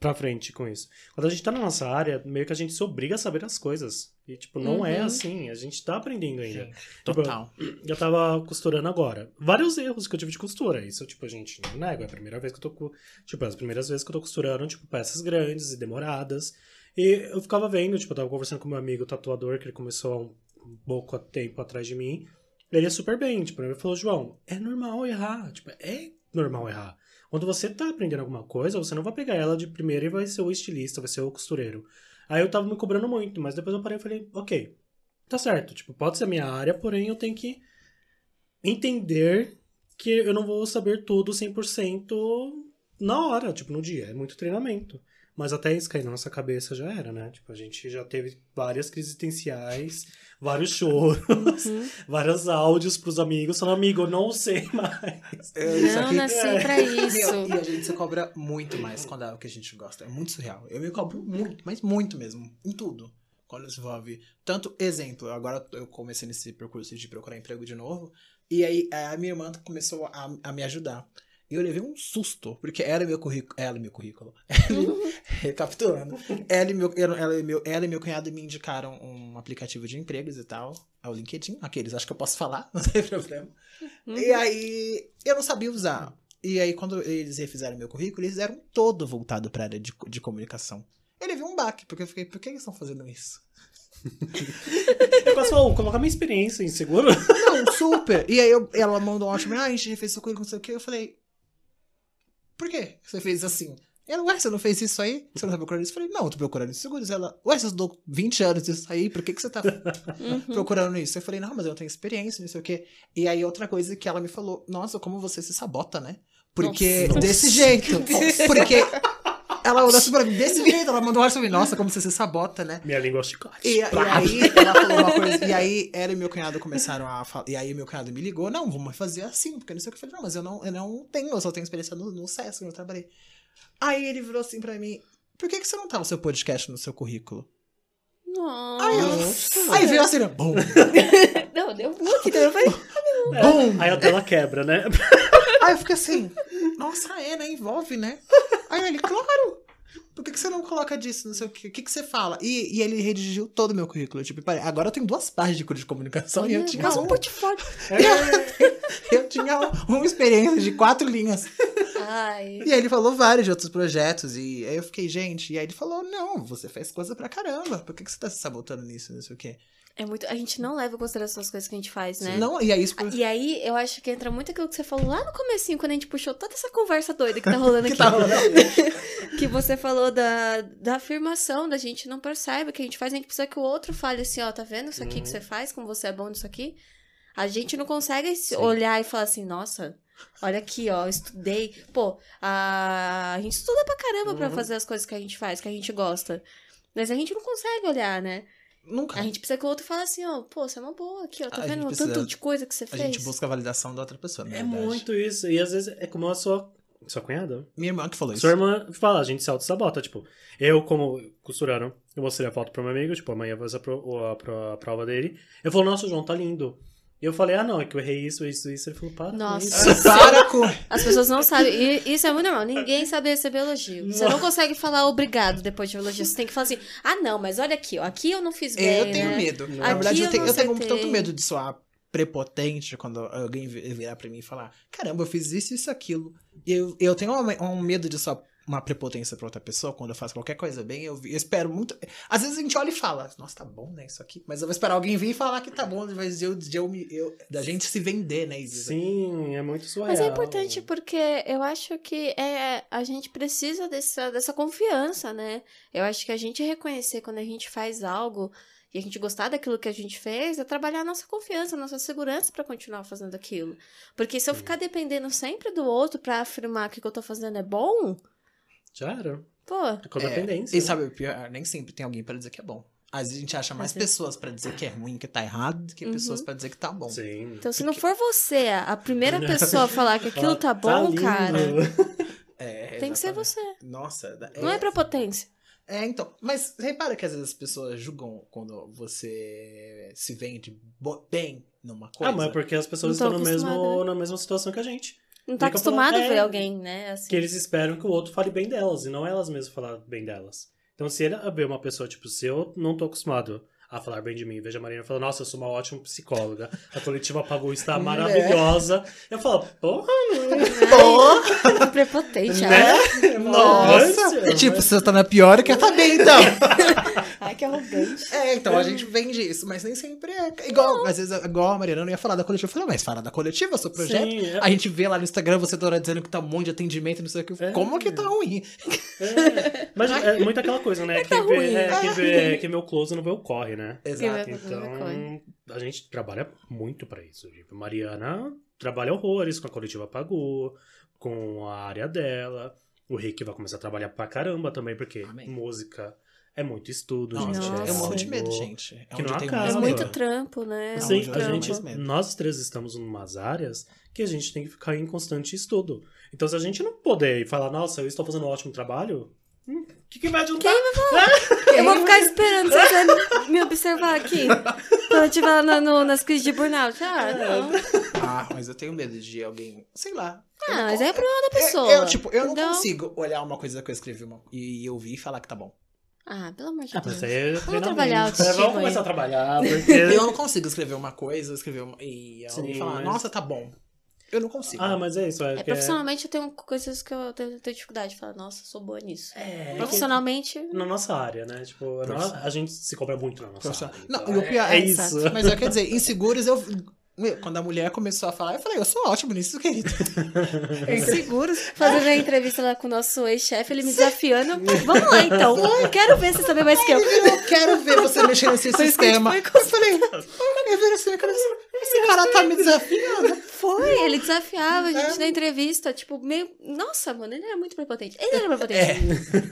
Speaker 1: pra frente com isso. Quando a gente tá na nossa área, meio que a gente se obriga a saber as coisas. E, tipo, não é
Speaker 2: Uhum.
Speaker 1: assim. A gente tá aprendendo ainda.
Speaker 3: Sim,
Speaker 1: Tipo,
Speaker 3: Total.
Speaker 1: eu tava costurando agora. Vários erros que eu tive de costura. Isso, tipo, a gente não nega. É a primeira vez que eu tô. co- Tipo, as primeiras vezes que eu tô costurando, tipo, peças grandes e demoradas. E eu ficava vendo, tipo, eu tava conversando com meu amigo tatuador, que ele começou há um pouco tempo atrás de mim. Ele é super bem, tipo, ele falou, João, é normal errar. Tipo, é normal errar. Quando você tá aprendendo alguma coisa, você não vai pegar ela de primeira e vai ser o estilista, vai ser o costureiro. Aí eu tava me cobrando muito, mas depois eu parei e falei, ok, tá certo, tipo, pode ser a minha área, porém eu tenho que entender que eu não vou saber tudo 100% na hora, tipo, no dia. É muito treinamento. Mas até isso cair na nossa cabeça já era, né? Tipo, a gente já teve várias crises existenciais, vários choros,
Speaker 2: Uhum.
Speaker 1: *laughs* vários áudios pros amigos, falando, amigo, eu não sei *laughs* mais.
Speaker 3: É,
Speaker 2: Não nasci
Speaker 3: *laughs*
Speaker 2: pra
Speaker 3: Meu,
Speaker 2: isso.
Speaker 3: e a gente se cobra muito mais quando é o que a gente gosta. É muito surreal. Eu me cobro muito, mas muito mesmo. Em tudo. Quando se envolve. Tanto, exemplo, agora eu comecei nesse percurso de procurar emprego de novo. E aí é, a minha irmã começou a, a me ajudar. E eu levei um susto, porque era meu currículo. Ela e meu currículo. *laughs*
Speaker 2: Uhum.
Speaker 3: Recapitulando. Ela e, meu, ela, ela e meu, ela e meu cunhado me indicaram um aplicativo de empregos e tal. É o LinkedIn. Aqueles, acho que eu posso falar, *laughs* não tem problema. E aí, eu não sabia usar. E aí, quando eles refizeram meu currículo, eles eram todo voltado pra área de, co- de comunicação. Eu levei um baque, porque eu fiquei, por que eles estão fazendo isso?
Speaker 1: Eu quase falo, colocar minha experiência em seguro. *laughs*
Speaker 3: Não, super! E aí, eu- ela mandou um ótimo, ah, a gente refez seu currículo, não sei o quê. Eu falei, por que você fez assim? Ela, ué, você não fez isso aí? Você não tá procurando isso? Eu falei, não, eu tô procurando isso seguros. Ela, ué, você estudou 20 anos isso aí, por que, que você tá
Speaker 2: Uhum.
Speaker 3: procurando isso. Eu falei, não, mas eu não tenho experiência, não sei o quê. E aí, outra coisa que ela me falou, nossa, como você se sabota, né? Porque
Speaker 1: Nossa.
Speaker 3: desse jeito. Porque ela olhou assim pra mim, desse jeito, ela mandou um WhatsApp, nossa, como você se sabota, né?
Speaker 1: Minha língua é um chicote.
Speaker 3: E, e aí, ela falou uma coisa. E aí, ela e meu cunhado começaram a falar. E aí, meu cunhado me ligou: não, vamos fazer assim, porque não sei o que. Eu falei: não, mas eu não, eu não tenho, eu só tenho experiência no, no SESC, onde eu trabalhei. Aí ele virou assim pra mim: por que, que você não tá no seu podcast, no seu currículo? Aí, eu-
Speaker 2: Nossa.
Speaker 3: aí veio assim: bom,
Speaker 2: Não, deu muito. Então eu
Speaker 3: *laughs*
Speaker 2: falei,
Speaker 1: É, Aí a tela quebra, né?
Speaker 3: Aí eu fiquei assim, nossa, é, né? Envolve, né? Aí ele, claro! Por que, que você não coloca disso? Não sei o que. O que, que você fala? E, e ele redigiu todo o meu currículo. Tipo, pare- agora eu tenho duas páginas de curso de comunicação e eu tinha
Speaker 2: mas um
Speaker 3: uma.
Speaker 2: portfólio.
Speaker 3: *laughs* É
Speaker 1: É
Speaker 3: Eu tinha um- uma experiência de quatro linhas.
Speaker 2: Ai.
Speaker 3: E aí ele falou vários de outros projetos. E aí eu fiquei, gente. E aí ele falou: não, você fez coisa pra caramba. Por que, que você tá se sabotando nisso? Não sei o quê.
Speaker 2: É muito... A gente não leva em consideração as coisas que a gente faz, né?
Speaker 3: Não, e aí isso.
Speaker 2: E aí, eu acho que entra muito aquilo que você falou lá no comecinho, quando a gente puxou toda essa conversa doida que tá rolando
Speaker 3: *laughs* Que
Speaker 2: aqui.
Speaker 3: tá rolando.
Speaker 2: *laughs* que você falou da, da afirmação, da gente não percebe o que a gente faz, a gente precisa que o outro fale assim, ó, tá vendo isso aqui
Speaker 1: Uhum.
Speaker 2: que você faz, como você é bom nisso aqui? A gente não consegue se
Speaker 1: Sim.
Speaker 2: olhar e falar assim, nossa, olha aqui, ó, eu estudei. Pô, a, a gente estuda pra caramba pra
Speaker 1: Uhum.
Speaker 2: fazer as coisas que a gente faz, que a gente gosta. Mas a gente não consegue olhar, né?
Speaker 3: Nunca.
Speaker 2: A gente precisa que o outro fale assim, ó, pô, você é uma boa aqui, ó, tá
Speaker 3: É. A gente
Speaker 2: vendo o
Speaker 3: precisa-
Speaker 2: tanto de coisa que você
Speaker 3: A
Speaker 2: fez?
Speaker 3: gente busca a validação da outra pessoa, na
Speaker 1: É
Speaker 3: verdade.
Speaker 1: muito isso. E às vezes é como a sua. Sua cunhada?
Speaker 3: Minha irmã que falou É isso.
Speaker 1: Sua irmã fala, a gente se auto-sabota. Tipo, eu, como costuraram, eu mostrei a foto pro meu amigo, tipo, amanhã eu vou fazer a, pro- a pro- a prova dele. Eu falei, nossa, o João tá lindo. E eu falei, ah, não, é que eu errei isso, isso, isso. Ele falou, para. com
Speaker 2: Nossa.
Speaker 1: isso."
Speaker 3: Para com.
Speaker 2: As pessoas não sabem.
Speaker 3: *laughs*
Speaker 2: E isso é muito normal. Ninguém sabe receber elogio. Você não consegue falar obrigado depois de um elogio. Você tem que falar assim: ah, não, mas olha aqui, ó, aqui eu não fiz bem.
Speaker 3: Eu tenho
Speaker 2: né?
Speaker 3: medo.
Speaker 1: Não.
Speaker 3: Na
Speaker 2: Aqui
Speaker 3: verdade, eu
Speaker 2: eu
Speaker 3: tenho,
Speaker 2: não
Speaker 3: eu tenho
Speaker 2: acertei.
Speaker 3: tanto medo de soar prepotente quando alguém vi- virar pra mim e falar: caramba, eu fiz isso, isso, aquilo. E eu, eu tenho um, um medo de soar uma prepotência pra outra pessoa quando eu faço qualquer coisa bem. Eu, vi- eu espero muito. Às vezes a gente olha e fala: nossa, tá bom, né? Isso aqui. Mas eu vou esperar alguém vir e falar que tá bom, mas eu, de eu, me- eu- da gente se vender, né? *laughs* Isa?
Speaker 1: Sim, é muito surreal.
Speaker 2: Mas é importante
Speaker 3: né?
Speaker 2: porque eu acho que é, a gente precisa dessa, dessa confiança, né? Eu acho que a gente reconhecer quando a gente faz algo e a gente gostar daquilo que a gente fez é trabalhar a nossa confiança, a nossa segurança pra continuar fazendo aquilo. Porque se eu ficar dependendo sempre do outro pra afirmar que o que eu tô fazendo é bom,
Speaker 1: Já era.
Speaker 2: pô,
Speaker 1: É codependência.
Speaker 3: E sabe o pior? Nem sempre tem alguém pra dizer que é bom. Às vezes a gente acha mais
Speaker 2: Às vezes.
Speaker 3: pessoas pra dizer que é ruim, que tá errado, do que
Speaker 2: Uhum.
Speaker 3: pessoas pra dizer que tá bom.
Speaker 1: Sim.
Speaker 2: Então, se não for você a
Speaker 1: *laughs*
Speaker 2: a primeira pessoa a falar que aquilo tá bom,
Speaker 1: lindo.
Speaker 2: cara,
Speaker 3: É,
Speaker 2: tem que ser
Speaker 3: exatamente.
Speaker 2: você.
Speaker 3: Nossa, da-
Speaker 2: Não é prepotência.
Speaker 3: É, então. Mas repara que às vezes as pessoas julgam quando você se vende bo- bem numa
Speaker 1: Ah,
Speaker 3: coisa.
Speaker 1: mas é porque as pessoas
Speaker 2: Não tô
Speaker 1: estão no mesmo,
Speaker 2: acostumada, né?
Speaker 1: na mesma situação que a gente.
Speaker 2: Não tá
Speaker 1: Fica
Speaker 2: acostumado a
Speaker 1: falando,
Speaker 2: ver
Speaker 1: é,
Speaker 2: alguém, né? Assim.
Speaker 1: que eles esperam que o outro fale bem delas e não é elas mesmas falar bem delas. Então, se ele ver uma pessoa, tipo, se eu não tô acostumado a falar bem de mim, veja a Marina e fala, nossa, eu sou uma ótima psicóloga, a coletiva Pagu está maravilhosa. Eu falo, porra,
Speaker 3: Pô,
Speaker 2: Ai, prepotente.
Speaker 1: *laughs* né?
Speaker 2: ai.
Speaker 3: nossa!
Speaker 1: Nossa.
Speaker 3: É tipo, você tá na pior, quer *laughs* tá bem, então.
Speaker 2: Ai, que arrogante.
Speaker 3: É, então a gente vende isso, mas nem sempre é. Igual, às vezes, igual a Mariana não ia falar da coletiva. Eu falei, "Ah, mas fala da coletiva, seu projeto.
Speaker 1: Sim, é.
Speaker 3: A gente vê lá no Instagram você toda hora dizendo que tá um monte de atendimento, não sei o que.
Speaker 1: É.
Speaker 3: Como que tá ruim?
Speaker 1: É. Mas é muito aquela coisa, né? Quem
Speaker 2: ruim,
Speaker 1: vê,
Speaker 2: né?
Speaker 1: é, quem vê, quem vê o close não vê o corre, né?
Speaker 2: Exato. Tá fazendo
Speaker 1: Então, a gente trabalha muito pra isso. Tipo, Mariana trabalha horrores com a coletiva Pagou, com a área dela. O Rick vai começar a trabalhar pra caramba também, porque
Speaker 3: Amém.
Speaker 1: música é muito estudo,
Speaker 3: Nossa,
Speaker 1: gente.
Speaker 2: Nossa.
Speaker 1: é
Speaker 3: eu morro um de
Speaker 1: algo-
Speaker 3: medo, gente. É
Speaker 1: que
Speaker 3: onde
Speaker 1: não
Speaker 3: eu tenho
Speaker 1: acaba.
Speaker 2: É
Speaker 3: mais
Speaker 1: Ah,
Speaker 2: muito
Speaker 1: meu.
Speaker 3: medo.
Speaker 2: trampo, né? É
Speaker 1: Sim,
Speaker 2: muito
Speaker 3: onde eu
Speaker 1: a
Speaker 3: tenho
Speaker 2: trampo.
Speaker 1: gente,
Speaker 3: mais medo.
Speaker 1: nós três estamos em umas áreas que a gente tem que ficar em constante estudo. Então, se a gente não puder e falar, nossa, eu estou fazendo um ótimo trabalho, hum, o que, que vai adiantar?
Speaker 2: Eu
Speaker 1: um
Speaker 2: vou ficar esperando você me
Speaker 1: *laughs*
Speaker 2: observar aqui. Quando eu tiver lá na- no- nas crises de burnout.
Speaker 1: É.
Speaker 2: Ah, não.
Speaker 3: Ah, mas eu tenho medo de alguém, sei lá.
Speaker 2: Ah, mas aí é problema da pessoa.
Speaker 3: Eu, tipo, eu não
Speaker 2: Então-
Speaker 3: consigo olhar uma coisa que eu escrevi uma- e eu vi e falar que tá bom.
Speaker 2: Ah, pelo amor de
Speaker 1: Ah,
Speaker 2: Deus.
Speaker 1: mas isso aí é treinamento.
Speaker 2: trabalhar a autoestima
Speaker 1: É, Vamos
Speaker 2: aí.
Speaker 1: começar a trabalhar,
Speaker 3: Eu
Speaker 1: porque...
Speaker 3: não consigo escrever uma coisa, eu escrever uma, e alguém
Speaker 1: É. Sim,
Speaker 3: falar,
Speaker 1: mas-
Speaker 3: nossa, tá bom. Eu não consigo.
Speaker 1: ah, mas é isso. É,
Speaker 2: É,
Speaker 1: que é-
Speaker 2: profissionalmente eu tenho coisas que eu tenho, tenho dificuldade. Falar, nossa, sou boa nisso.
Speaker 1: É, que-
Speaker 2: Profissionalmente,
Speaker 1: na nossa área, né? Tipo, a
Speaker 3: Profissional.
Speaker 1: no- a gente se cobra muito na nossa
Speaker 3: Profissional.
Speaker 1: área.
Speaker 3: Não,
Speaker 1: então
Speaker 3: e o
Speaker 1: é-
Speaker 3: pior-
Speaker 1: é,
Speaker 2: é,
Speaker 1: isso.
Speaker 3: Mas eu quero dizer, inseguros eu. Meu, quando a mulher começou a falar, eu falei, eu sou ótimo nisso, querido. Inseguros.
Speaker 2: Então, fazendo a entrevista lá com o nosso ex-chefe, ele me desafiando. Vamos lá, então. Quero ver você saber mais que eu.
Speaker 3: *laughs* Eu quero ver você mexer nesse sistema. Eu falei, eu vi assim, eu quero ver- esse cara tá me desafiando.
Speaker 2: Foi, ele desafiava a gente na entrevista, tipo, meio... Nossa, mano, ele era muito prepotente. Ele era prepotente.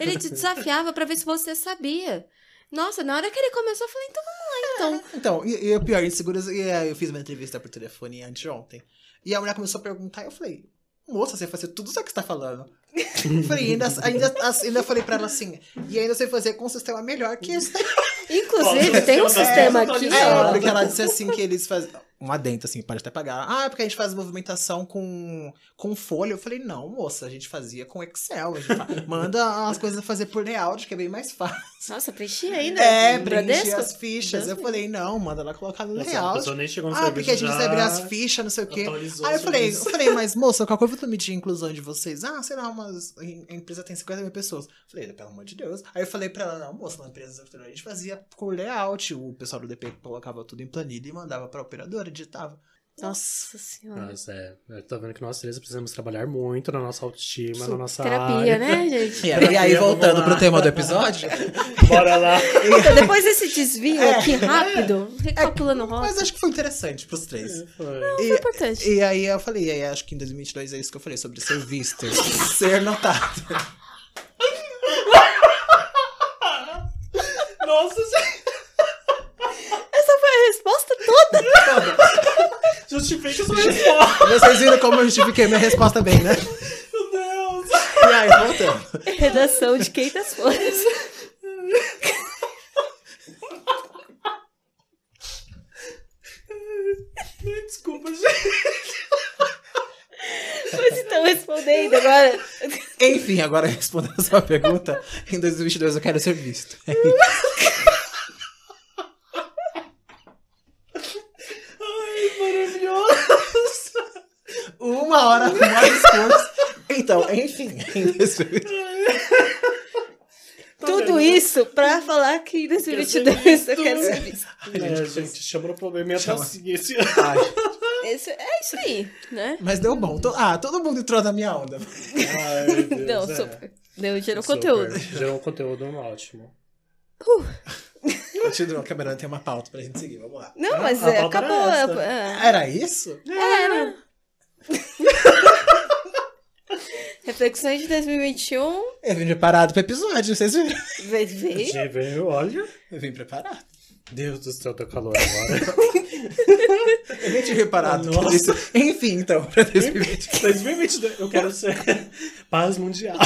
Speaker 2: Ele te desafiava pra ver se você sabia. Nossa, na hora que ele começou, eu falei, então vamos lá, então.
Speaker 3: Então, e, e o pior, inseguros, e, é, eu fiz uma entrevista por telefone anteontem. E a mulher começou a perguntar, eu falei, moça, você fazia tudo isso que você tá falando. Eu falei, ainda, ainda, ainda falei pra ela assim, e ainda você fazer com um sistema melhor que esse.
Speaker 2: Inclusive, tem um
Speaker 1: Nossa,
Speaker 2: sistema
Speaker 1: nossa,
Speaker 2: aqui,
Speaker 1: nossa,
Speaker 3: É,
Speaker 1: Exato.
Speaker 2: ó.
Speaker 3: porque ela disse assim que eles fazem. Um adento, assim, pode até pagar. Ah, é porque a gente faz movimentação com, com folha. Eu falei, não, moça, a gente fazia com Excel. A gente *laughs* fa- manda as coisas fazer por layout, que é bem mais fácil.
Speaker 2: Nossa, preenchi ainda.
Speaker 3: É,
Speaker 2: Um
Speaker 3: preencher
Speaker 2: Bradesco?
Speaker 3: as fichas. Eu falei, não, manda ela colocar no
Speaker 1: Nossa, a
Speaker 3: layout.
Speaker 1: pessoa nem chegou no
Speaker 3: Ah,
Speaker 1: serviço
Speaker 3: porque a gente
Speaker 1: já
Speaker 3: recebe as fichas, não sei o quê.
Speaker 1: atualizou
Speaker 3: Aí eu
Speaker 1: o
Speaker 3: falei, eu
Speaker 1: serviço.
Speaker 3: falei, mas moça, qual que é o limite de inclusão de vocês? Ah, sei lá, umas, a empresa tem 50 mil pessoas. Eu Falei, pelo amor de Deus. Aí eu falei pra ela, não, moça, na empresa a gente fazia por layout. O pessoal do DP colocava tudo em planilha e mandava pra operadora, digitava.
Speaker 2: Nossa senhora.
Speaker 1: Nossa, é. Eu tô vendo que nós três precisamos trabalhar muito na nossa autoestima, na nossa
Speaker 2: Terapia,
Speaker 1: área.
Speaker 2: né, gente?
Speaker 3: E aí, e aí,
Speaker 1: Terapia,
Speaker 3: voltando
Speaker 1: vamos lá.
Speaker 3: pro tema do episódio.
Speaker 1: *laughs* Bora lá.
Speaker 2: Então, depois desse desvio aqui rápido, recalculando rota,
Speaker 3: mas acho que foi interessante pros três.
Speaker 1: Foi.
Speaker 2: é importante.
Speaker 3: E aí eu falei, e aí acho que em 2022 é isso que eu falei sobre ser visto, ser notado.
Speaker 1: Nossa, gente,
Speaker 2: Essa foi a resposta toda.
Speaker 1: justifica *laughs* sua resposta.
Speaker 3: Vocês viram como eu justifiquei minha resposta bem, né?
Speaker 1: Meu Deus.
Speaker 3: E aí, voltando.
Speaker 2: Redação de quem das flores. *laughs*
Speaker 1: Desculpa, gente.
Speaker 2: Mas então, respondendo agora.
Speaker 3: Enfim, agora respondendo a sua pergunta, em 2022 eu quero ser visto. É isso. Uma hora, mais esforço. Então, enfim, em 2022.
Speaker 2: Tudo isso pra falar que em 2022 eu quero ser visto.
Speaker 1: É, gente, chama no problema e
Speaker 3: Chama.
Speaker 1: assim esse ano.
Speaker 3: Ai,
Speaker 2: Esse- é isso aí, né?
Speaker 3: mas deu bom. To- Ah, todo mundo entrou na minha onda.
Speaker 1: Ai, meu Deus,
Speaker 2: Não,
Speaker 1: é.
Speaker 2: super. Deu, gerou
Speaker 1: Super.
Speaker 2: conteúdo.
Speaker 1: Gerou um conteúdo ótimo.
Speaker 3: Continua, a câmera tem uma pauta pra gente seguir, vamos lá.
Speaker 2: Não, mas
Speaker 1: a
Speaker 2: é,
Speaker 1: pauta era
Speaker 2: acabou.
Speaker 1: essa.
Speaker 2: é,
Speaker 3: Era isso?
Speaker 2: Era. Reflexões de 2021.
Speaker 3: Eu vim preparado pro episódio, vocês viram?
Speaker 2: Vê, vê.
Speaker 1: Gente, veio, olha.
Speaker 3: Eu vim preparado.
Speaker 1: Deus do céu, tá calor agora.
Speaker 3: Eu vim te preparado.
Speaker 1: Nossa.
Speaker 3: por isso. Enfim, então, pra 2022.
Speaker 1: 2022, eu quero ser *laughs* paz *laughs* mundial.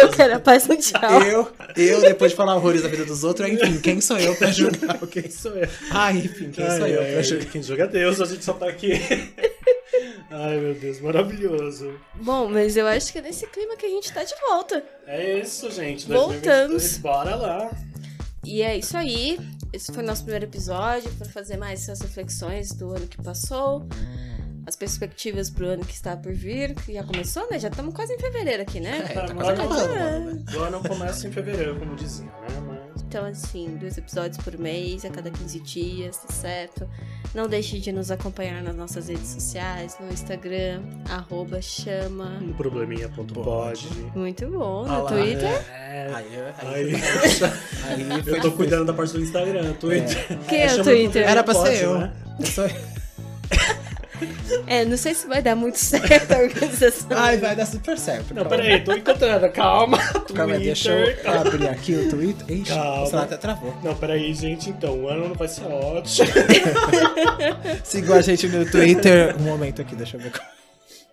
Speaker 2: Eu quero a paz no tchau.
Speaker 3: Eu, eu, depois de falar horrores da vida dos outros, enfim, quem sou eu pra julgar?
Speaker 1: Quem sou eu?
Speaker 3: Ah, enfim, quem sou eu pra julgar?
Speaker 1: *laughs* Quem joga é Deus, a gente só tá aqui Ai, meu Deus, maravilhoso.
Speaker 2: Bom, mas eu acho que é nesse clima que a gente tá de volta.
Speaker 1: É isso, gente.
Speaker 2: Voltamos.
Speaker 1: 2022, Bora lá.
Speaker 2: E é isso aí. Esse foi o nosso primeiro episódio para fazer mais essas reflexões do ano que passou, as perspectivas pro ano que está por vir, que já começou, né? Já estamos quase em fevereiro aqui, né?
Speaker 1: *laughs*
Speaker 3: É, tá
Speaker 1: Tá
Speaker 3: quase acabando,
Speaker 2: maravilhoso.
Speaker 3: mano, né?
Speaker 1: Agora não começa em fevereiro, como diziam, né? Mas
Speaker 2: Então, assim, dois episódios por mês, a cada 15 dias, tá certo? Não deixe de nos acompanhar nas nossas redes sociais, no Instagram, arroba chama.
Speaker 1: um probleminha.pod.
Speaker 2: Muito bom, no
Speaker 3: Ah lá,
Speaker 2: Twitter.
Speaker 1: É.
Speaker 3: Aí, eu-
Speaker 1: Aí.
Speaker 3: aí, *laughs* aí foi
Speaker 1: Eu tô cuidando da parte do Instagram, Twitter.
Speaker 2: Quem é o
Speaker 1: Chama
Speaker 2: Twitter?
Speaker 1: Probleminha
Speaker 3: Era pra
Speaker 1: Pod,
Speaker 3: ser eu.
Speaker 1: né?
Speaker 3: Eu sou-
Speaker 2: É, não sei se vai dar muito *laughs* certo a organização.
Speaker 3: *laughs* Ai, vai dar super certo.
Speaker 1: Não,
Speaker 3: calma.
Speaker 1: peraí, tô encontrando, calma.
Speaker 3: Calma, aí, deixa
Speaker 1: Twitter,
Speaker 3: eu abrir aqui o Twitter. Ixi,
Speaker 1: Calma.
Speaker 3: o celular até travou.
Speaker 1: Não, peraí, gente, então, o ano vai ser ótimo.
Speaker 3: Sigam a gente no Twitter. Um momento aqui, deixa eu ver. como-
Speaker 1: *laughs*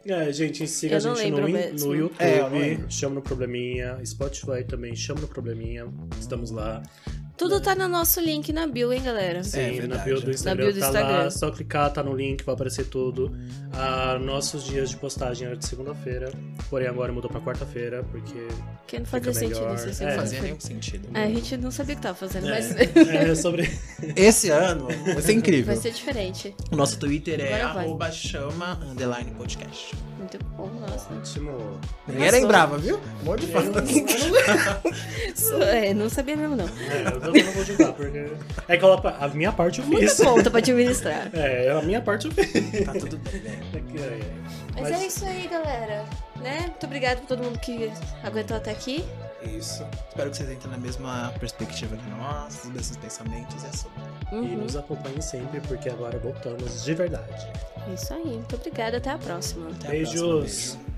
Speaker 1: É, gente, siga
Speaker 2: Eu
Speaker 1: a
Speaker 2: não
Speaker 1: gente
Speaker 2: lembro
Speaker 1: no, in-
Speaker 2: mesmo.
Speaker 1: no YouTube,
Speaker 3: É, eu não lembro.
Speaker 1: Chama no Probleminha, Spotify também, Chama no Probleminha, estamos lá.
Speaker 2: Tudo tá no nosso link na bio, hein, galera?
Speaker 3: É
Speaker 1: Sim, na
Speaker 3: verdade.
Speaker 1: bio do Instagram,
Speaker 2: bio do
Speaker 1: tá
Speaker 2: Instagram.
Speaker 1: lá, só clicar, tá no link, vai aparecer tudo. Ah, nossos dias de postagem era de segunda-feira, porém agora mudou pra quarta-feira, *laughs* porque
Speaker 2: Porque não fazia
Speaker 1: Fica
Speaker 2: sentido
Speaker 1: melhor.
Speaker 2: isso.
Speaker 1: É.
Speaker 2: sempre
Speaker 3: Não fazia
Speaker 2: foi-
Speaker 3: nenhum sentido.
Speaker 2: É, a gente não sabia o que tava fazendo,
Speaker 1: É.
Speaker 2: mas
Speaker 1: é sobre...
Speaker 3: Esse ano vai ser incrível.
Speaker 2: vai ser diferente.
Speaker 3: O nosso Twitter é
Speaker 2: Agora vai.
Speaker 3: arroba chama underline podcast.
Speaker 2: Muito bom, nossa.
Speaker 1: Ótimo.
Speaker 3: Ninguém lembrava, viu? Um monte de
Speaker 1: Eu não-
Speaker 3: fala. *laughs*
Speaker 2: É, não sabia mesmo, não.
Speaker 1: É, eu também não vou julgar, porque... É que ela- a minha parte eu
Speaker 2: Muita
Speaker 1: fiz.
Speaker 2: conta pra administrar.
Speaker 1: É, a minha parte eu fiz.
Speaker 3: Tá tudo bem, né?
Speaker 1: É,
Speaker 2: *laughs* Mas, é isso aí, galera. Né? Muito obrigada por todo mundo que aguentou até aqui.
Speaker 3: Isso. Espero que vocês entrem na mesma perspectiva que nós, nos mesmos pensamentos e é assuntos.
Speaker 1: E
Speaker 2: Uhum.
Speaker 1: nos acompanhem sempre, porque agora voltamos de verdade.
Speaker 2: É isso aí. Muito obrigada. Até a próxima.
Speaker 3: Até a
Speaker 1: Beijos.
Speaker 3: próxima, beijo.